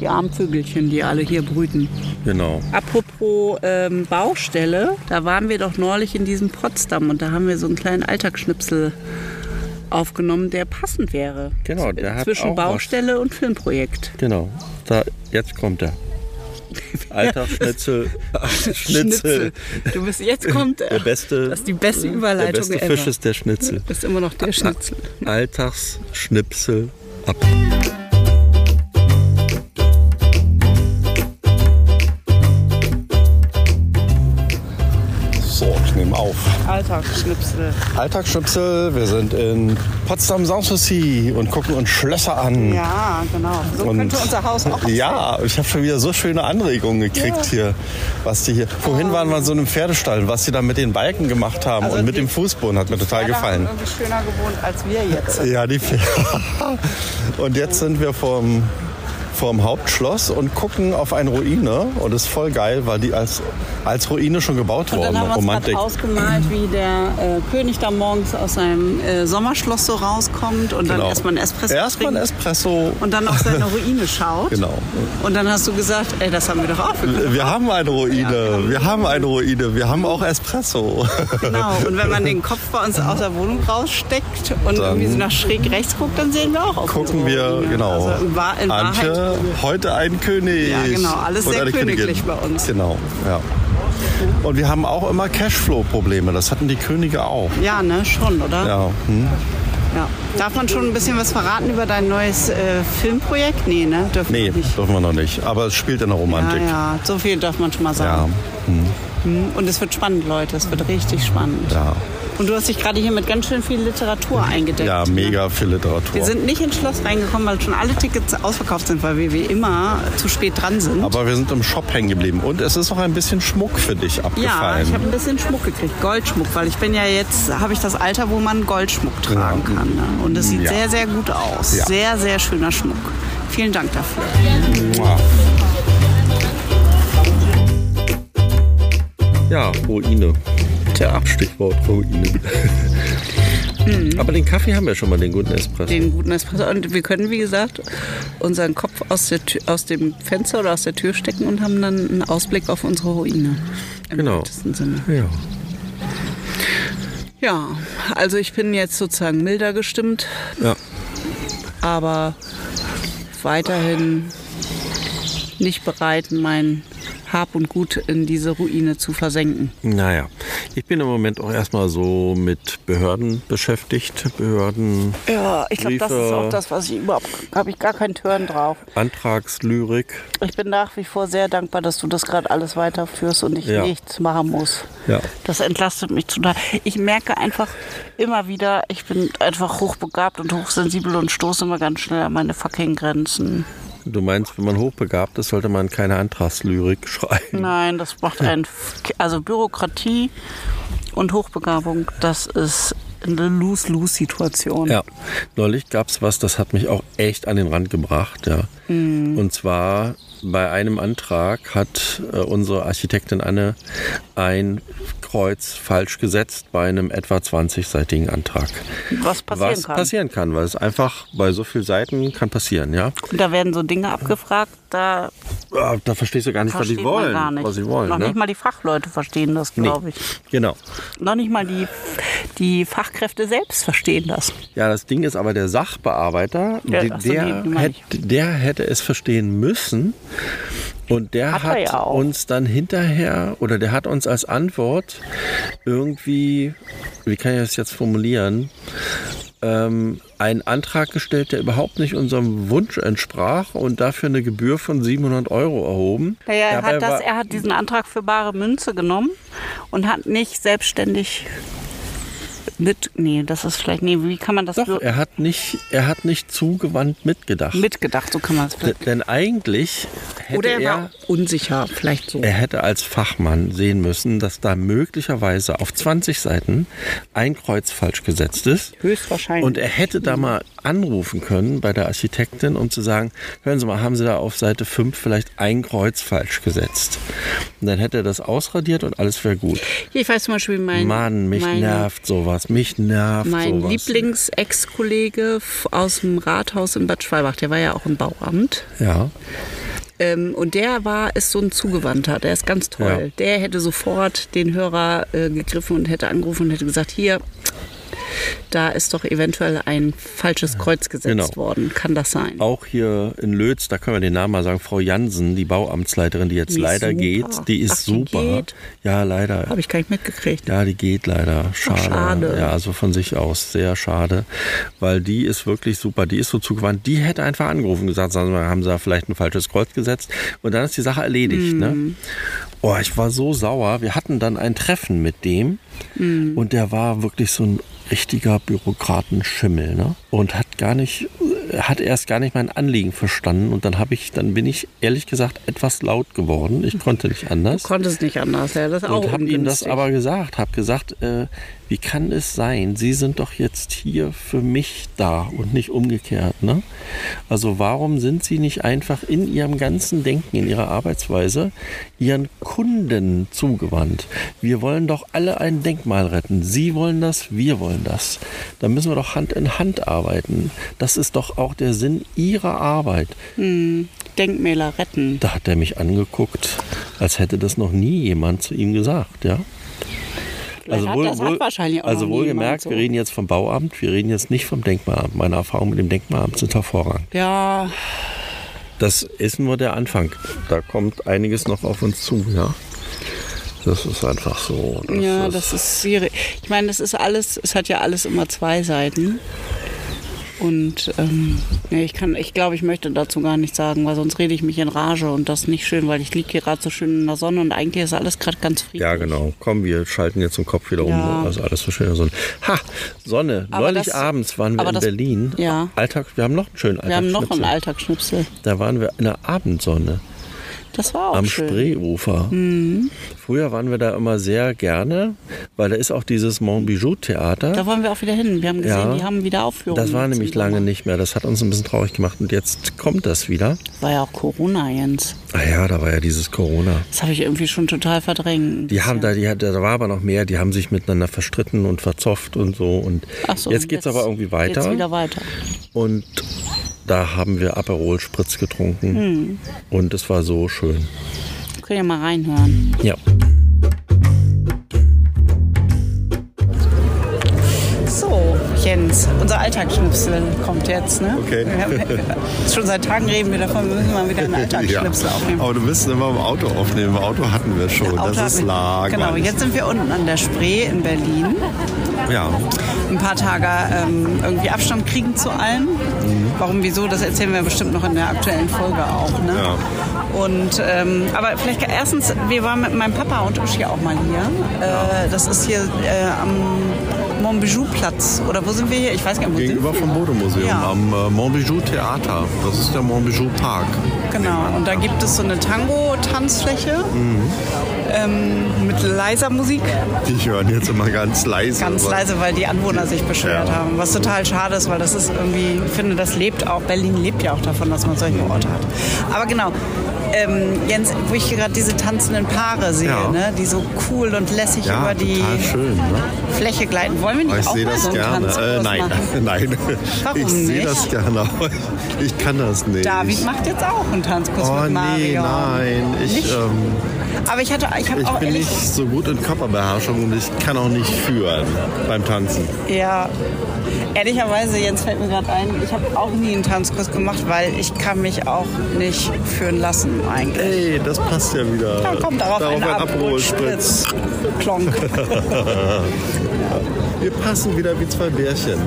[SPEAKER 1] Die armen Vögelchen, die alle hier brüten.
[SPEAKER 2] genau.
[SPEAKER 1] Apropos ähm, Baustelle, da waren wir doch neulich in diesem Potsdam und da haben wir so einen kleinen Alltagsschnipsel aufgenommen, der passend wäre.
[SPEAKER 2] Genau, der hat
[SPEAKER 1] Zwischen
[SPEAKER 2] auch was.
[SPEAKER 1] Baustelle und Filmprojekt.
[SPEAKER 2] Genau. Da, jetzt kommt
[SPEAKER 1] <laughs>
[SPEAKER 2] er. Alter Schnitzel. Schnitzel.
[SPEAKER 1] Du bist jetzt kommt.
[SPEAKER 2] Der beste,
[SPEAKER 1] Das ist die beste Überleitung
[SPEAKER 2] der beste Ah.
[SPEAKER 1] ever.
[SPEAKER 2] Fisch ist der Schnitzel.
[SPEAKER 1] Das ist immer noch der Schnitzel.
[SPEAKER 2] Alltagsschnipsel ab. So, ich nehme auf.
[SPEAKER 1] Alltagsschnipsel.
[SPEAKER 2] Alltagsschnipsel, wir sind in Potsdam Sanssouci und gucken uns Schlösser an.
[SPEAKER 1] Ja, genau. So
[SPEAKER 2] Und-
[SPEAKER 1] könnte unser Haus auch.
[SPEAKER 2] Ja, ich habe schon wieder so schöne Anregungen gekriegt hier, was die hier. Vorhin waren wir in so einem Pferdestall, was die da mit den Balken gemacht haben
[SPEAKER 1] Also
[SPEAKER 2] und mit
[SPEAKER 1] die-
[SPEAKER 2] dem Fußboden hat mir total gefallen.
[SPEAKER 1] Irgendwie schöner gewohnt als wir jetzt.
[SPEAKER 2] Ja, die Pferde. <laughs> Und jetzt sind wir vorm, vorm Hauptschloss und gucken auf eine Ruine. Und ist voll geil, weil die als, als Ruine schon gebaut
[SPEAKER 1] Und
[SPEAKER 2] worden.
[SPEAKER 1] dann haben wir uns
[SPEAKER 2] Romantik.
[SPEAKER 1] gerade ausgemalt, wie der äh, König da morgens aus seinem äh, Sommerschloss so rauskommt und dann
[SPEAKER 2] Genau.
[SPEAKER 1] erstmal ein Espresso
[SPEAKER 2] Erstmal ein
[SPEAKER 1] trinkt
[SPEAKER 2] Espresso.
[SPEAKER 1] und dann auf seine Ruine schaut.
[SPEAKER 2] Genau.
[SPEAKER 1] Und dann hast du gesagt, ey, das haben wir doch aufgeklärt.
[SPEAKER 2] Wir haben eine Ruine. Wir haben eine Ruine. Wir haben auch Espresso. <laughs>
[SPEAKER 1] Genau. Und wenn man den Kopf bei uns aus der Wohnung raussteckt und
[SPEAKER 2] Dann-
[SPEAKER 1] irgendwie so nach schräg rechts guckt, dann sehen wir auch auf
[SPEAKER 2] gucken
[SPEAKER 1] unsere
[SPEAKER 2] wir,
[SPEAKER 1] Ruine.
[SPEAKER 2] genau.
[SPEAKER 1] Also in, Wahr- in Wahrheit.
[SPEAKER 2] Antje, heute ein König.
[SPEAKER 1] Ja, genau, alles
[SPEAKER 2] und
[SPEAKER 1] sehr
[SPEAKER 2] eine Königin.
[SPEAKER 1] königlich bei uns.
[SPEAKER 2] Genau, ja. Und wir haben auch immer Cashflow-Probleme. Das hatten die Könige auch.
[SPEAKER 1] Ja, ne, schon, oder?
[SPEAKER 2] Ja, hm?
[SPEAKER 1] Ja. Darf man schon ein bisschen was verraten über dein neues äh, Filmprojekt? Nee, ne? Dürfen
[SPEAKER 2] Nee,
[SPEAKER 1] wir nicht.
[SPEAKER 2] dürfen wir noch nicht. Aber es spielt in der
[SPEAKER 1] Ja,
[SPEAKER 2] Romantik.
[SPEAKER 1] ja, so viel darf man schon mal sagen.
[SPEAKER 2] Ja,
[SPEAKER 1] Und es wird spannend, Leute. Es wird richtig spannend.
[SPEAKER 2] ja,
[SPEAKER 1] Und du hast dich gerade hier mit ganz schön viel Literatur eingedeckt.
[SPEAKER 2] ja, mega
[SPEAKER 1] Ne?
[SPEAKER 2] viel Literatur.
[SPEAKER 1] Wir sind nicht ins Schloss reingekommen, weil schon alle Tickets ausverkauft sind, weil wir wie immer zu spät dran sind.
[SPEAKER 2] Aber wir sind im Shop hängen geblieben. Und es ist auch ein bisschen Schmuck für dich
[SPEAKER 1] ja,
[SPEAKER 2] abgefallen.
[SPEAKER 1] ich habe ein bisschen Schmuck gekriegt, Goldschmuck, weil ich bin ja jetzt, habe ich das Alter, wo man Goldschmuck tragen kann. Ne? Und es sieht
[SPEAKER 2] Ja.
[SPEAKER 1] sehr, sehr gut aus.
[SPEAKER 2] Ja.
[SPEAKER 1] Sehr, sehr schöner Schmuck. Vielen Dank dafür.
[SPEAKER 2] Mua. Ja, Ruine. Tja, Stichwort Ruine.
[SPEAKER 1] <laughs> Mhm.
[SPEAKER 2] Aber den Kaffee haben wir schon mal, den guten Espresso.
[SPEAKER 1] Den guten Espresso. Und wir können, wie gesagt, unseren Kopf aus, der Tür, aus dem Fenster oder aus der Tür stecken und haben dann einen Ausblick auf unsere Ruine. Im
[SPEAKER 2] Genau.
[SPEAKER 1] weitesten Sinne.
[SPEAKER 2] ja.
[SPEAKER 1] Ja, also ich bin jetzt sozusagen milder gestimmt,
[SPEAKER 2] ja.
[SPEAKER 1] aber weiterhin nicht bereit, mein Hab und Gut in diese Ruine zu versenken.
[SPEAKER 2] Naja, ich bin im Moment auch erstmal so mit Behörden beschäftigt. Behörden,
[SPEAKER 1] Ja, ich
[SPEAKER 2] glaub, das ist auch das,
[SPEAKER 1] was ich überhaupt habe ich gar keinen Turn drauf.
[SPEAKER 2] Antragslyrik.
[SPEAKER 1] Ich bin nach wie vor sehr dankbar, dass du das gerade alles weiterführst und ich
[SPEAKER 2] Ja.
[SPEAKER 1] nichts machen muss.
[SPEAKER 2] Ja.
[SPEAKER 1] Das entlastet mich total. Ich merke einfach immer wieder, ich bin einfach hochbegabt und hochsensibel und stoße immer ganz schnell an meine fucking Grenzen.
[SPEAKER 2] Du meinst, wenn man hochbegabt ist, sollte man keine Antragslyrik <laughs> schreiben.
[SPEAKER 1] Nein, das macht einen. F- Also Bürokratie und Hochbegabung, das ist eine Lose-Lose-Situation.
[SPEAKER 2] Ja, neulich gab es was, das hat mich auch echt an den Rand gebracht. Ja.
[SPEAKER 1] Mhm.
[SPEAKER 2] Und zwar bei einem Antrag hat äh, unsere Architektin Anne ein Kreuz falsch gesetzt bei einem etwa 20-seitigen Antrag.
[SPEAKER 1] Was passieren
[SPEAKER 2] was
[SPEAKER 1] kann.
[SPEAKER 2] passieren kann, weil es einfach bei so vielen Seiten kann passieren, ja.
[SPEAKER 1] Und da werden so Dinge abgefragt,
[SPEAKER 3] da
[SPEAKER 2] Ah, Da verstehst du gar nicht, was
[SPEAKER 3] versteht
[SPEAKER 2] sie wollen.
[SPEAKER 3] man gar nicht.
[SPEAKER 2] Was sie wollen
[SPEAKER 3] Noch
[SPEAKER 2] ne?
[SPEAKER 3] nicht mal die Fachleute verstehen das,
[SPEAKER 2] Nee,
[SPEAKER 3] glaube ich.
[SPEAKER 2] Genau.
[SPEAKER 3] Noch nicht mal die, die Fachkräfte selbst verstehen das.
[SPEAKER 2] Ja, das Ding ist aber, der Sachbearbeiter,
[SPEAKER 3] Ja,
[SPEAKER 2] de-
[SPEAKER 3] ach so,
[SPEAKER 2] der,
[SPEAKER 3] die- die meine
[SPEAKER 2] hätte, der hätte es verstehen müssen. Und der
[SPEAKER 3] Hat
[SPEAKER 2] hat,
[SPEAKER 3] er ja auch.
[SPEAKER 2] uns dann hinterher, oder der hat uns als Antwort irgendwie, wie kann ich das jetzt formulieren, ähm, einen Antrag gestellt, der überhaupt nicht unserem Wunsch entsprach und dafür eine Gebühr von 700 Euro erhoben.
[SPEAKER 3] Naja, er
[SPEAKER 2] Dabei
[SPEAKER 3] hat, das,
[SPEAKER 2] war-
[SPEAKER 3] er hat diesen Antrag für bare Münze genommen und hat nicht selbstständig mit. Nee, das ist vielleicht. Nee, wie kann man das
[SPEAKER 2] doch,
[SPEAKER 3] so-
[SPEAKER 2] er hat nicht, er hat nicht zugewandt mitgedacht.
[SPEAKER 3] mitgedacht? So kann man es
[SPEAKER 2] D-
[SPEAKER 3] vielleicht.
[SPEAKER 2] denn eigentlich hätte
[SPEAKER 1] Oder er war unsicher, vielleicht so.
[SPEAKER 2] Er hätte als Fachmann sehen müssen, dass da möglicherweise auf 20 Seiten ein Kreuz falsch gesetzt ist.
[SPEAKER 1] Höchstwahrscheinlich.
[SPEAKER 2] Und er hätte da mal anrufen können bei der Architektin, um zu sagen, hören Sie mal, haben Sie da auf Seite 5 vielleicht ein Kreuz falsch gesetzt? Und dann hätte er das ausradiert und alles wäre gut.
[SPEAKER 1] Hier, ich weiß zum Beispiel, mein,
[SPEAKER 2] Mann, mich
[SPEAKER 1] mein,
[SPEAKER 2] nervt sowas, mich nervt
[SPEAKER 1] mein
[SPEAKER 2] sowas.
[SPEAKER 1] Lieblings-Ex-Kollege f- aus dem Rathaus in Bad Schwalbach, der war ja auch im Bauamt.
[SPEAKER 2] Ja,
[SPEAKER 1] Ähm, und der war, ist so ein Zugewandter, der ist ganz toll.
[SPEAKER 2] Ja.
[SPEAKER 1] Der hätte sofort den Hörer äh, gegriffen und hätte angerufen und hätte gesagt, hier, da ist doch eventuell ein falsches Kreuz gesetzt
[SPEAKER 2] Genau.
[SPEAKER 1] worden. Kann das sein?
[SPEAKER 2] auch hier in Lötz, da können wir den Namen mal sagen, Frau Jansen, die Bauamtsleiterin, die jetzt
[SPEAKER 1] Die ist
[SPEAKER 2] leider
[SPEAKER 1] super.
[SPEAKER 2] geht, die ist
[SPEAKER 1] Ach, die
[SPEAKER 2] super.
[SPEAKER 1] geht?
[SPEAKER 2] Ja, leider.
[SPEAKER 1] Habe ich gar nicht mitgekriegt.
[SPEAKER 2] Ja, die geht leider. Schade.
[SPEAKER 1] schade.
[SPEAKER 2] Ja, also von sich aus sehr schade, weil die ist wirklich super. Die ist so zugewandt. Die hätte einfach angerufen und gesagt, sagen Sie mal, haben Sie da vielleicht ein falsches Kreuz gesetzt? Und dann ist die Sache erledigt. Ne? Oh, ich war so sauer. Wir hatten dann ein Treffen mit dem und der war wirklich so ein richtiger Bürokratenschimmel ne? und hat gar nicht, hat erst gar nicht mein Anliegen verstanden und dann habe ich, dann bin ich ehrlich gesagt etwas laut geworden. Ich konnte nicht anders
[SPEAKER 1] Konnte es nicht anders. Ja, das ist auch
[SPEAKER 2] und habe ihm das
[SPEAKER 1] ungünstig.
[SPEAKER 2] aber gesagt, habe gesagt, äh, wie kann es sein? Sie sind doch jetzt hier für mich da und nicht umgekehrt, ne? Also warum sind Sie nicht einfach in Ihrem ganzen Denken, in Ihrer Arbeitsweise Ihren Kunden zugewandt? Wir wollen doch alle ein Denkmal retten. Sie wollen das, wir wollen das. Da müssen wir doch Hand in Hand arbeiten. Das ist doch auch der Sinn Ihrer Arbeit.
[SPEAKER 3] Denkmäler retten.
[SPEAKER 2] Da hat er mich angeguckt, als hätte das noch nie jemand zu ihm gesagt, ja.
[SPEAKER 3] Vielleicht hat das- hat wahrscheinlich auch
[SPEAKER 2] also
[SPEAKER 3] noch nie
[SPEAKER 2] wohlgemerkt,
[SPEAKER 3] jemand so.
[SPEAKER 2] wir reden jetzt vom Bauamt, wir reden jetzt nicht vom Denkmalamt. Meine Erfahrungen mit dem Denkmalamt sind hervorragend.
[SPEAKER 3] Ja,
[SPEAKER 2] Das ist nur der Anfang. Da kommt einiges noch auf uns zu, ja. Das ist einfach so. Das
[SPEAKER 3] ja, das ist schwierig. Ich meine, das ist alles, es hat ja alles immer zwei Seiten.
[SPEAKER 1] Und ähm, ja, ich kann, ich glaube, ich möchte dazu gar nichts sagen, weil sonst rede ich mich in Rage und das ist nicht schön, weil ich liege hier gerade so schön in der Sonne und eigentlich ist alles gerade ganz friedlich.
[SPEAKER 2] ja, genau. Komm, wir schalten jetzt den Kopf wieder
[SPEAKER 1] Ja.
[SPEAKER 2] um. Also alles so schön. Sonne. Ha, Sonne.
[SPEAKER 1] Aber
[SPEAKER 2] Neulich
[SPEAKER 1] das-
[SPEAKER 2] abends waren wir
[SPEAKER 1] aber
[SPEAKER 2] in
[SPEAKER 1] das-
[SPEAKER 2] Berlin.
[SPEAKER 1] ja.
[SPEAKER 2] Alltag, wir haben noch einen schönen Alltag.
[SPEAKER 1] Wir haben noch einen Alltagsschnipsel.
[SPEAKER 2] Da waren wir in der Abendsonne.
[SPEAKER 1] Das war auch
[SPEAKER 2] am
[SPEAKER 1] schön.
[SPEAKER 2] Spreeufer. Mhm. Früher waren wir da immer sehr gerne, weil da ist auch dieses Montbijou-Theater.
[SPEAKER 1] Da wollen wir auch wieder hin. Wir haben gesehen,
[SPEAKER 2] Ja.
[SPEAKER 1] die haben wieder Aufführungen.
[SPEAKER 2] Das war
[SPEAKER 1] jetzt im
[SPEAKER 2] nämlich
[SPEAKER 1] Sommer.
[SPEAKER 2] lange nicht mehr. Das hat uns ein bisschen traurig gemacht. Und jetzt kommt das wieder.
[SPEAKER 1] War ja auch Corona, Jens.
[SPEAKER 2] Ah ja, da war ja dieses Corona.
[SPEAKER 1] Das habe ich irgendwie schon total verdrängt.
[SPEAKER 2] Die haben da, die, hat- da war aber noch mehr. Die haben sich miteinander verstritten und verzofft und so. Und
[SPEAKER 1] Ach so,
[SPEAKER 2] jetzt geht's
[SPEAKER 1] jetzt-
[SPEAKER 2] aber irgendwie
[SPEAKER 1] Jetzt wieder
[SPEAKER 2] weiter.
[SPEAKER 1] weiter.
[SPEAKER 2] Und da haben wir Aperol Spritz getrunken. Und es war so schön.
[SPEAKER 1] Könnt ihr mal reinhören.
[SPEAKER 2] Ja.
[SPEAKER 1] So, Jens, unser Alltagsschnipsel kommt jetzt, ne?
[SPEAKER 4] Okay.
[SPEAKER 1] Wir
[SPEAKER 4] <laughs>
[SPEAKER 1] haben- schon seit Tagen reden wir davon, wir müssen mal wieder einen Alltagsschnipsel aufnehmen.
[SPEAKER 4] Aber du müsstest immer im Auto aufnehmen. Im Auto hatten wir schon.
[SPEAKER 1] Auto hat
[SPEAKER 4] Oh, das ist
[SPEAKER 1] mich-
[SPEAKER 4] langweilig.
[SPEAKER 1] Genau, jetzt sind wir unten an der Spree in Berlin.
[SPEAKER 4] Ja.
[SPEAKER 1] Ein paar Tage ähm, irgendwie Abstand kriegen zu allem.
[SPEAKER 4] Mhm.
[SPEAKER 1] Warum, wieso, das erzählen wir bestimmt noch in der aktuellen Folge auch. Ne? Und, ähm, aber vielleicht erstens, wir waren mit meinem Papa und Uschi auch mal hier. Äh, das ist hier äh, am Montbijou-Platz. Oder wo sind wir hier? Ich weiß gar nicht, wo
[SPEAKER 4] Gegenüber
[SPEAKER 1] sind wir?
[SPEAKER 4] vom Bode-Museum
[SPEAKER 1] Ja.
[SPEAKER 4] am äh, Montbijou-Theater. Das ist der Montbijou-Park.
[SPEAKER 1] Genau, und da gibt es so eine Tango-Tanzfläche ähm, mit leiser Musik.
[SPEAKER 4] Die hören jetzt immer ganz leise.
[SPEAKER 1] Ganz
[SPEAKER 4] aber-
[SPEAKER 1] leise, weil die Anwohner sich beschwert
[SPEAKER 4] Ja.
[SPEAKER 1] haben. Was total schade ist, weil das ist irgendwie, ich finde, das lebt auch, Berlin lebt ja auch davon, dass man solche Orte hat. Aber genau, ähm, Jens, wo ich gerade diese tanzenden Paare sehe,
[SPEAKER 4] Ja.
[SPEAKER 1] ne? die so cool und lässig
[SPEAKER 4] Ja,
[SPEAKER 1] über die
[SPEAKER 4] total schön. Ne?
[SPEAKER 1] Fläche gleiten. Wollen wir
[SPEAKER 4] Aber
[SPEAKER 1] nicht
[SPEAKER 4] ich
[SPEAKER 1] auch
[SPEAKER 4] sehe
[SPEAKER 1] mal so
[SPEAKER 4] das
[SPEAKER 1] einen
[SPEAKER 4] gerne.
[SPEAKER 1] Tanzkurs
[SPEAKER 4] Äh, nein,
[SPEAKER 1] machen?
[SPEAKER 4] <laughs> nein.
[SPEAKER 1] Warum
[SPEAKER 4] ich sehe
[SPEAKER 1] nicht?
[SPEAKER 4] das gerne. aber Ich kann das nicht.
[SPEAKER 1] David macht jetzt auch einen Tanzkurs
[SPEAKER 4] Oh
[SPEAKER 1] mit
[SPEAKER 4] nee,
[SPEAKER 1] Mario.
[SPEAKER 4] nein. Ich,
[SPEAKER 1] Nicht?
[SPEAKER 4] ähm,
[SPEAKER 1] Aber ich hatte, ich habe
[SPEAKER 4] ich
[SPEAKER 1] auch
[SPEAKER 4] bin
[SPEAKER 1] ehrlich,
[SPEAKER 4] nicht so gut in Körperbeherrschung und ich kann auch nicht führen beim Tanzen.
[SPEAKER 1] ja, ehrlicherweise, Jens fällt mir gerade ein, ich habe auch nie einen Tanzkurs gemacht, weil ich kann mich auch nicht führen lassen eigentlich.
[SPEAKER 4] Ey, das passt ja wieder.
[SPEAKER 1] Dann kommt darauf,
[SPEAKER 4] Äh,
[SPEAKER 1] ein
[SPEAKER 4] darauf ein Aperol Spritz.
[SPEAKER 1] Abholspritz. Klonk.
[SPEAKER 4] Wir passen wieder wie zwei Bärchen.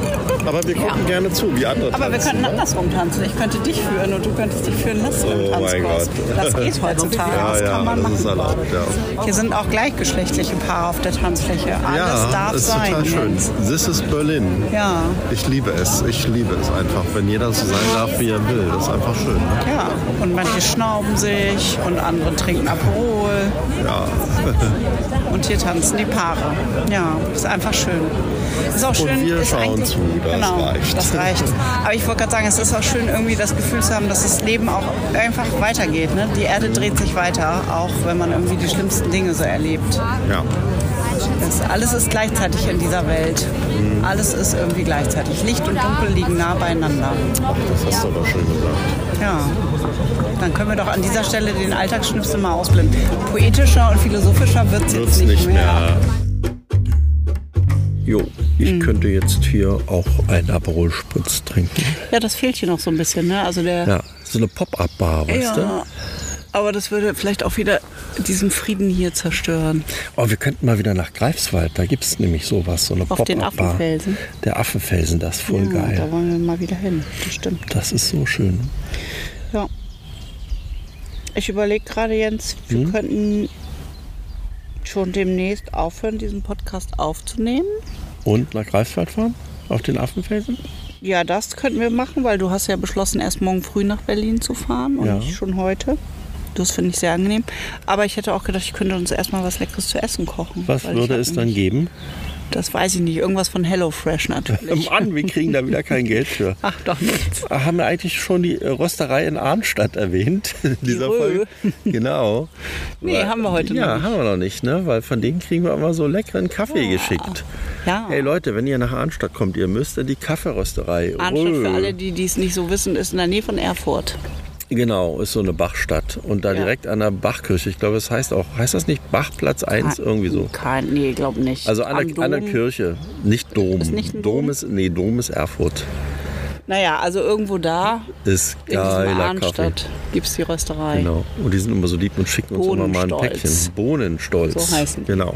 [SPEAKER 4] Aber wir gucken gerne zu, wie andere
[SPEAKER 1] Aber wir
[SPEAKER 4] tanzen.
[SPEAKER 1] könnten andersrum tanzen. Ich könnte dich führen und du könntest dich führen lassen im
[SPEAKER 4] Oh mein
[SPEAKER 1] Tanzkurs.
[SPEAKER 4] Gott.
[SPEAKER 1] Das geht heutzutage.
[SPEAKER 4] ja,
[SPEAKER 1] das
[SPEAKER 4] ja,
[SPEAKER 1] kann man
[SPEAKER 4] das ist
[SPEAKER 1] machen.
[SPEAKER 4] erlaubt, ja.
[SPEAKER 1] Hier sind auch gleichgeschlechtliche Paare auf der Tanzfläche. Alles
[SPEAKER 4] ja,
[SPEAKER 1] darf
[SPEAKER 4] ist
[SPEAKER 1] sein.
[SPEAKER 4] total schön.
[SPEAKER 1] Jens.
[SPEAKER 4] This is Berlin.
[SPEAKER 1] Ja,
[SPEAKER 4] Ich liebe es. Ich liebe es einfach, wenn jeder so sein darf, wie er will. Das ist einfach schön. Ne?
[SPEAKER 1] ja. Und manche schnauben sich und andere trinken Aperol.
[SPEAKER 4] Ja.
[SPEAKER 1] <laughs> Und hier tanzen die Paare. Ja, ist einfach schön. Ist auch schön.
[SPEAKER 4] wir
[SPEAKER 1] ist
[SPEAKER 4] schauen
[SPEAKER 1] eigentlich-
[SPEAKER 4] zu, das
[SPEAKER 1] genau,
[SPEAKER 4] reicht.
[SPEAKER 1] Das reicht. Aber ich wollte gerade sagen, es ist auch schön, irgendwie das Gefühl zu haben, dass das Leben auch einfach weitergeht. Ne? Die Erde dreht sich weiter, auch wenn man irgendwie die schlimmsten Dinge so erlebt.
[SPEAKER 4] ja.
[SPEAKER 1] Das, alles ist gleichzeitig in dieser Welt.
[SPEAKER 4] Mhm.
[SPEAKER 1] Alles ist irgendwie gleichzeitig. Licht und Dunkel liegen nah beieinander.
[SPEAKER 4] Das hast du aber schön gesagt.
[SPEAKER 1] Ja. Dann können wir doch an dieser Stelle den Alltagsschnipsel mal ausblenden. Poetischer und philosophischer wird es
[SPEAKER 4] Wird's
[SPEAKER 1] jetzt
[SPEAKER 4] nicht mehr.
[SPEAKER 2] Jo, ich könnte jetzt hier auch einen Aperol Spritz trinken.
[SPEAKER 3] Ja, das fehlt hier noch so ein bisschen, ne? Also der.
[SPEAKER 2] Ja, so eine Pop-Up-Bar, weißt du?
[SPEAKER 3] Ja. Aber das würde vielleicht auch wieder diesen Frieden hier zerstören.
[SPEAKER 2] Oh, wir könnten mal wieder nach Greifswald. Da gibt es nämlich sowas, so eine
[SPEAKER 3] Auf den
[SPEAKER 2] Pop-Up-Bar.
[SPEAKER 3] Affenfelsen.
[SPEAKER 2] Der Affenfelsen, das ist voll
[SPEAKER 3] Ja,
[SPEAKER 2] geil.
[SPEAKER 3] Da wollen wir mal wieder hin. Das stimmt.
[SPEAKER 2] Das ist so schön.
[SPEAKER 3] Ja.
[SPEAKER 1] Ich überlege gerade, Jens, wir
[SPEAKER 4] Hm?
[SPEAKER 1] könnten schon demnächst aufhören, diesen Podcast aufzunehmen.
[SPEAKER 2] Und nach Greifswald fahren? Auf den Affenfelsen?
[SPEAKER 1] Ja, das könnten wir machen, weil du hast ja beschlossen, erst morgen früh nach Berlin zu fahren und
[SPEAKER 2] Ja.
[SPEAKER 1] nicht schon heute. Das finde ich sehr angenehm. Aber ich hätte auch gedacht, ich könnte uns erstmal was Leckeres zu essen kochen.
[SPEAKER 2] Was
[SPEAKER 1] weil ich
[SPEAKER 2] würde
[SPEAKER 1] hab
[SPEAKER 2] es dann
[SPEAKER 1] nämlich-
[SPEAKER 2] geben?
[SPEAKER 1] Das weiß ich nicht. Irgendwas von HelloFresh
[SPEAKER 2] <laughs>
[SPEAKER 1] natürlich.
[SPEAKER 2] Mann, wir kriegen da wieder kein Geld für.
[SPEAKER 3] <laughs>
[SPEAKER 1] Ach doch nichts.
[SPEAKER 2] Haben wir eigentlich schon die äh, Rösterei in Arnstadt erwähnt? <laughs> in dieser Folge?
[SPEAKER 3] <laughs>
[SPEAKER 2] Genau.
[SPEAKER 1] Nee, haben wir heute
[SPEAKER 2] ja,
[SPEAKER 1] noch nicht.
[SPEAKER 2] haben wir noch nicht, ne? Weil von denen kriegen wir immer so leckeren Kaffee geschickt.
[SPEAKER 1] Ja.
[SPEAKER 2] Hey Leute, wenn ihr nach Arnstadt kommt, ihr müsst in die Kaffeerösterei.
[SPEAKER 3] Anstatt für
[SPEAKER 2] Rö.
[SPEAKER 3] alle, die dies nicht so wissen, ist in der Nähe von Erfurt.
[SPEAKER 2] Genau, ist so eine Bachstadt. Und da direkt an der Bachkirche, ich glaube, es heißt auch, heißt das nicht Bachplatz 1 irgendwie so?
[SPEAKER 3] Kein, nee, glaub nicht.
[SPEAKER 2] Also an
[SPEAKER 3] Ah, Am
[SPEAKER 2] der, an der
[SPEAKER 3] Dom.
[SPEAKER 2] Kirche, nicht Dom.
[SPEAKER 3] Ist nicht ein
[SPEAKER 2] Dom
[SPEAKER 3] Dom?
[SPEAKER 2] ist, nee, Dom ist Erfurt.
[SPEAKER 3] Naja, also irgendwo da,
[SPEAKER 2] Ist
[SPEAKER 3] in diesem
[SPEAKER 2] geiler Kaffee.
[SPEAKER 3] Arnstadt, gibt es die Rösterei.
[SPEAKER 2] Genau. Und die sind immer so lieb und schicken uns immer mal ein
[SPEAKER 3] Bohnenstolz.
[SPEAKER 2] Päckchen. Bohnenstolz.
[SPEAKER 3] So heißen die. Ah.
[SPEAKER 2] Genau.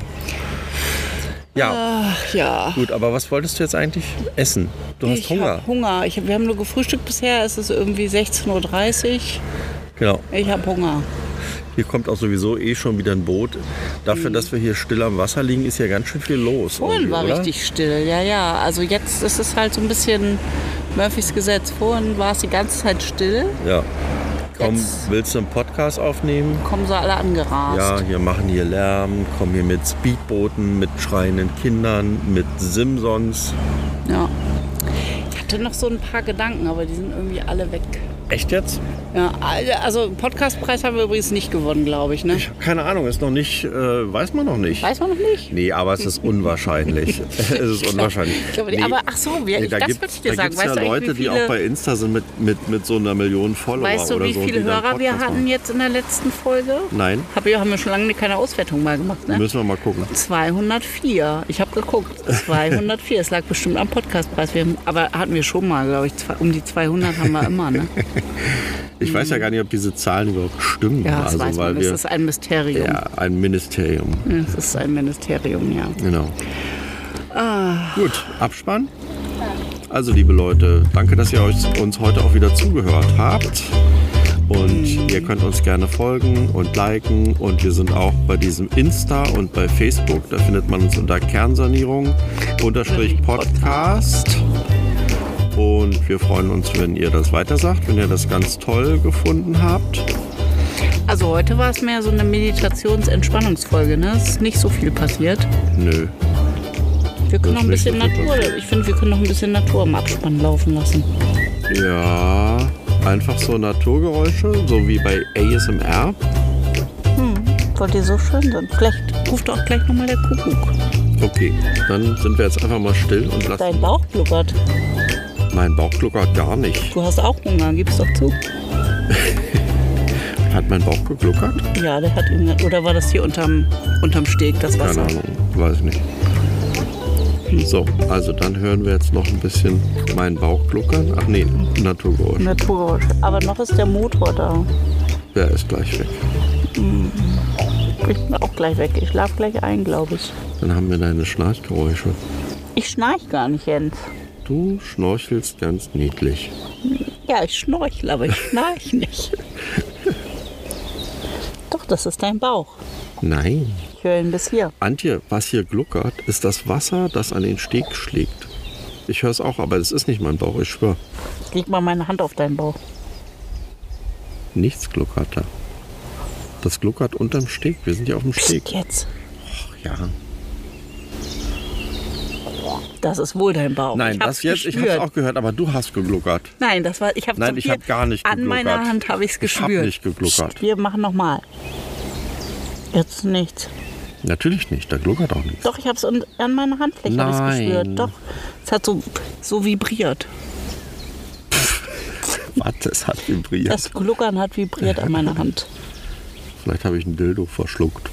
[SPEAKER 2] Ja,
[SPEAKER 3] Ach ja.
[SPEAKER 2] gut, aber was wolltest du jetzt eigentlich essen? Du hast
[SPEAKER 3] ich
[SPEAKER 2] Hunger.
[SPEAKER 3] Hab Hunger. Ich hab, wir haben nur gefrühstückt bisher. Es ist irgendwie 16.30 Uhr.
[SPEAKER 2] Genau.
[SPEAKER 3] Ich habe Hunger.
[SPEAKER 2] Hier kommt auch sowieso eh schon wieder ein Boot. Dafür, dass wir hier still am Wasser liegen, ist ja ganz schön viel los.
[SPEAKER 3] Vorhin
[SPEAKER 2] irgendwie,
[SPEAKER 3] Hm. war
[SPEAKER 2] oder?
[SPEAKER 3] richtig still. Ja, ja. Also jetzt ist es halt so ein bisschen Murphys Gesetz. Vorhin war es die ganze Zeit still.
[SPEAKER 2] Ja. Komm,
[SPEAKER 3] Jetzt-
[SPEAKER 2] willst du einen Podcast aufnehmen?
[SPEAKER 3] Kommen sie alle angerast.
[SPEAKER 2] Ja, hier machen hier Lärm, kommen hier mit Speedbooten, mit schreienden Kindern, mit Simsons.
[SPEAKER 3] Ja. Ich hatte noch so ein paar Gedanken, aber die sind irgendwie alle weg.
[SPEAKER 2] Echt jetzt?
[SPEAKER 3] Ja, also Podcastpreis haben wir übrigens nicht gewonnen, glaube ich. Ne?
[SPEAKER 2] Ich habe keine Ahnung, ist noch nicht, äh, weiß man noch nicht.
[SPEAKER 3] Weiß man noch nicht.
[SPEAKER 2] Nee, aber es ist unwahrscheinlich.
[SPEAKER 4] <laughs>
[SPEAKER 2] es ist unwahrscheinlich.
[SPEAKER 3] Ich glaube, die-
[SPEAKER 2] nee,
[SPEAKER 3] aber ach so, wir,
[SPEAKER 2] nee,
[SPEAKER 3] ich,
[SPEAKER 2] da
[SPEAKER 3] das
[SPEAKER 2] gibt-
[SPEAKER 3] würde ich dir
[SPEAKER 2] da
[SPEAKER 3] sagen.
[SPEAKER 2] gibt's ja
[SPEAKER 3] du eigentlich,
[SPEAKER 2] Leute,
[SPEAKER 3] wie
[SPEAKER 2] die auch
[SPEAKER 3] viele-
[SPEAKER 2] bei Insta sind mit, mit, mit so einer Million Follower
[SPEAKER 3] Weißt du,
[SPEAKER 2] oder
[SPEAKER 3] wie
[SPEAKER 2] so.
[SPEAKER 3] viele
[SPEAKER 2] die dann
[SPEAKER 3] Hörer wir
[SPEAKER 2] Podcast
[SPEAKER 3] hatten
[SPEAKER 2] machen.
[SPEAKER 3] jetzt in der letzten Folge?
[SPEAKER 2] Nein,
[SPEAKER 3] Hab, haben wir schon lange keine Auswertung mal gemacht, ne?
[SPEAKER 2] müssen wir mal gucken.
[SPEAKER 3] 204. Ich habe
[SPEAKER 2] <laughs>
[SPEAKER 3] geguckt. 204. es lag bestimmt am Podcastpreis. Wir, haben- aber hatten wir schon mal, glaube ich. Zwei, um die 200 haben wir immer,
[SPEAKER 2] <laughs>
[SPEAKER 3] ne?
[SPEAKER 2] Ich weiß ja gar nicht, ob diese Zahlen überhaupt stimmen.
[SPEAKER 3] Ja, das
[SPEAKER 2] also,
[SPEAKER 3] weiß
[SPEAKER 2] weil
[SPEAKER 3] man. Das
[SPEAKER 2] wir
[SPEAKER 3] ist ein Mysterium.
[SPEAKER 2] ja, ein Ministerium.
[SPEAKER 3] Das ist ein Ministerium, ja.
[SPEAKER 2] Genau.
[SPEAKER 3] Ah.
[SPEAKER 2] Gut, Abspann. Also, liebe Leute, danke, dass ihr euch, uns heute auch wieder zugehört habt. Und
[SPEAKER 3] Mhm.
[SPEAKER 2] ihr könnt uns gerne folgen und liken. Und wir sind auch bei diesem Insta und bei Facebook. Da findet man uns unter Kernsanierung unterstrich Podcast. Und wir freuen uns, wenn ihr das weitersagt, wenn ihr das ganz toll gefunden habt.
[SPEAKER 3] Also heute war es mehr so eine Meditations-Entspannungsfolge, ne? Es ist nicht so viel passiert.
[SPEAKER 2] Nö.
[SPEAKER 3] Wir können noch ein
[SPEAKER 2] ist
[SPEAKER 3] bisschen
[SPEAKER 2] nicht so viel
[SPEAKER 3] Natur. Ich finde, wir können noch ein bisschen Natur im Abspann laufen lassen.
[SPEAKER 2] Ja, Einfach so Naturgeräusche, so wie bei ASMR.
[SPEAKER 1] Weil die so schön sind. Vielleicht ruft auch gleich nochmal der Kuckuck.
[SPEAKER 2] Okay, dann sind wir jetzt einfach mal still und lassen.
[SPEAKER 1] Dein Bauch blubbert.
[SPEAKER 2] Mein Bauch gluckert gar nicht.
[SPEAKER 1] Du hast auch Hunger, gib's doch zu.
[SPEAKER 2] Hat mein Bauch gegluckert?
[SPEAKER 1] Ja, der hat ihn. Oder war das hier unterm, unterm Steg, das
[SPEAKER 2] Keine
[SPEAKER 1] Wasser?
[SPEAKER 2] Ahnung, weiß nicht. So, also dann hören wir jetzt noch ein bisschen meinen Bauch gluckern. Ach nee, Naturgeräusche.
[SPEAKER 1] Naturgeräusch. Aber noch ist der Motor da.
[SPEAKER 2] Der ist gleich weg.
[SPEAKER 1] Ich bin auch gleich weg. Ich schlaf gleich ein, glaube ich.
[SPEAKER 2] Dann haben wir deine Schnarchgeräusche.
[SPEAKER 1] Ich schnarch gar nicht, Jens.
[SPEAKER 2] Du schnorchelst ganz niedlich.
[SPEAKER 1] Ja, ich schnorchel, aber ich schnarch nicht. <laughs> Doch, das ist dein Bauch.
[SPEAKER 2] Nein.
[SPEAKER 1] Ich höre ihn bis hier.
[SPEAKER 2] Antje, was hier gluckert, ist das Wasser, das an den Steg schlägt. Ich höre es auch, aber es ist nicht mein Bauch, ich schwöre.
[SPEAKER 1] Leg mal meine Hand auf deinen Bauch.
[SPEAKER 2] Nichts gluckert da. Das gluckert unterm Steg. Wir sind ja auf dem Steg.
[SPEAKER 1] Psst, jetzt.
[SPEAKER 2] Ach ja.
[SPEAKER 1] Das ist wohl dein Bauch.
[SPEAKER 2] Nein,
[SPEAKER 1] ich hab's
[SPEAKER 2] das jetzt, ich
[SPEAKER 1] gespürt.
[SPEAKER 2] habe es auch gehört, aber du hast gegluckert.
[SPEAKER 1] Nein, das war, ich habe
[SPEAKER 2] Nein, ich habe gar nicht
[SPEAKER 1] An
[SPEAKER 2] gegluckert.
[SPEAKER 1] meiner Hand habe ich es
[SPEAKER 2] Ich hab
[SPEAKER 1] gespürt.
[SPEAKER 2] nicht gegluckert.
[SPEAKER 1] Psst, wir machen nochmal. Jetzt nichts.
[SPEAKER 2] Natürlich nicht, da gluckert auch nichts.
[SPEAKER 1] Doch, ich habe es an meiner Handfläche hab ich's
[SPEAKER 2] Nein.
[SPEAKER 1] gespürt. Doch, es hat so, so vibriert.
[SPEAKER 2] Warte, es hat vibriert.
[SPEAKER 1] Das Gluckern hat vibriert an meiner Hand.
[SPEAKER 2] Vielleicht habe ich einen Dildo verschluckt.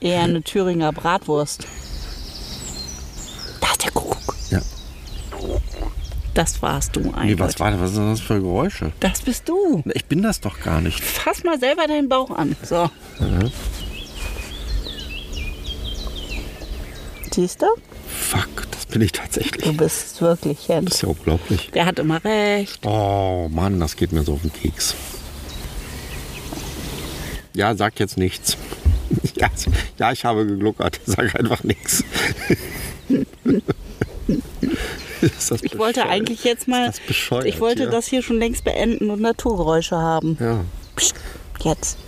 [SPEAKER 1] Eher eine Thüringer Bratwurst. Da ist der Kuckuck.
[SPEAKER 2] Ja.
[SPEAKER 1] Das warst du
[SPEAKER 2] Nee,
[SPEAKER 1] eigentlich.
[SPEAKER 2] was war das? Was sind das für Geräusche?
[SPEAKER 1] das bist du.
[SPEAKER 2] Na, Ich bin das doch gar nicht.
[SPEAKER 1] Fass mal selber deinen Bauch an. So. Siehst du?
[SPEAKER 2] Fuck, das bin ich tatsächlich.
[SPEAKER 1] Du bist wirklich
[SPEAKER 2] Das
[SPEAKER 1] Jens.
[SPEAKER 2] ist ja unglaublich.
[SPEAKER 1] Der hat immer recht.
[SPEAKER 2] Oh Mann, das geht mir so auf den Keks. Ja, sag jetzt nichts. <laughs> Ja, s- ja ich habe gegluckert. <laughs> Sag einfach nichts. <laughs> Ist das
[SPEAKER 1] Ich wollte
[SPEAKER 2] bescheuert?
[SPEAKER 1] eigentlich jetzt mal.
[SPEAKER 2] Ist das bescheuert,
[SPEAKER 1] ich wollte
[SPEAKER 2] ja?
[SPEAKER 1] das hier schon längst beenden und Naturgeräusche haben.
[SPEAKER 2] Ja.
[SPEAKER 1] Psst, jetzt.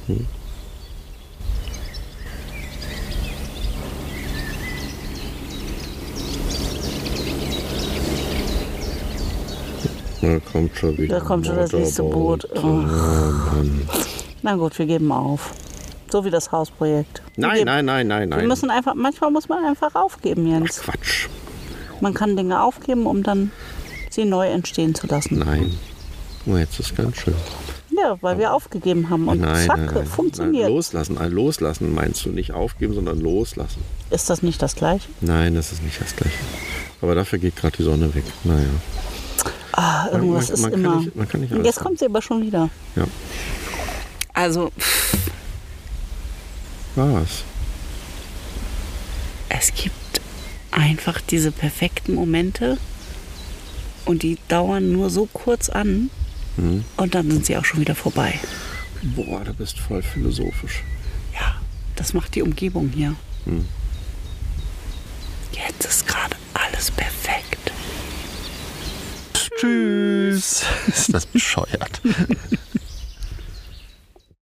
[SPEAKER 2] Da kommt schon wieder.
[SPEAKER 1] Da kommt schon das nächste Boot.
[SPEAKER 2] Motorboot. Oh,
[SPEAKER 1] Na gut, wir geben auf. So wie das Hausprojekt. Wir
[SPEAKER 2] Nein,
[SPEAKER 1] geben-
[SPEAKER 2] nein, nein, nein,
[SPEAKER 1] Wir
[SPEAKER 2] nein.
[SPEAKER 1] müssen einfach, manchmal muss man einfach aufgeben, Jens.
[SPEAKER 2] Quatsch.
[SPEAKER 1] Man kann Dinge aufgeben, um dann sie neu entstehen zu lassen.
[SPEAKER 2] Nein. Oh, jetzt ist ganz schön.
[SPEAKER 1] Ja, weil wir aufgegeben haben und
[SPEAKER 2] Oh. nein,
[SPEAKER 1] zack,
[SPEAKER 2] nein, nein.
[SPEAKER 1] Oh, funktioniert.
[SPEAKER 2] Nein, loslassen. Ein Loslassen meinst du. Nicht aufgeben, sondern loslassen.
[SPEAKER 1] Ist das nicht das gleiche?
[SPEAKER 2] Nein, das ist nicht das gleiche. Aber dafür geht gerade die Sonne weg. Naja.
[SPEAKER 1] Ah, irgendwas
[SPEAKER 2] man- man
[SPEAKER 1] ist
[SPEAKER 2] kann
[SPEAKER 1] immer.
[SPEAKER 2] nicht- man kann nicht alles
[SPEAKER 1] Jetzt
[SPEAKER 2] haben.
[SPEAKER 1] kommt sie aber schon wieder.
[SPEAKER 2] Ja.
[SPEAKER 1] Also, pff,
[SPEAKER 2] Was?
[SPEAKER 1] es gibt einfach diese perfekten Momente und die dauern nur so kurz an
[SPEAKER 2] Hm.
[SPEAKER 1] und dann sind sie auch schon wieder vorbei.
[SPEAKER 2] Boah, du bist voll philosophisch.
[SPEAKER 1] Ja, das macht die Umgebung hier.
[SPEAKER 2] Hm.
[SPEAKER 1] Jetzt ist gerade alles perfekt.
[SPEAKER 2] Tschüss. Ist das bescheuert?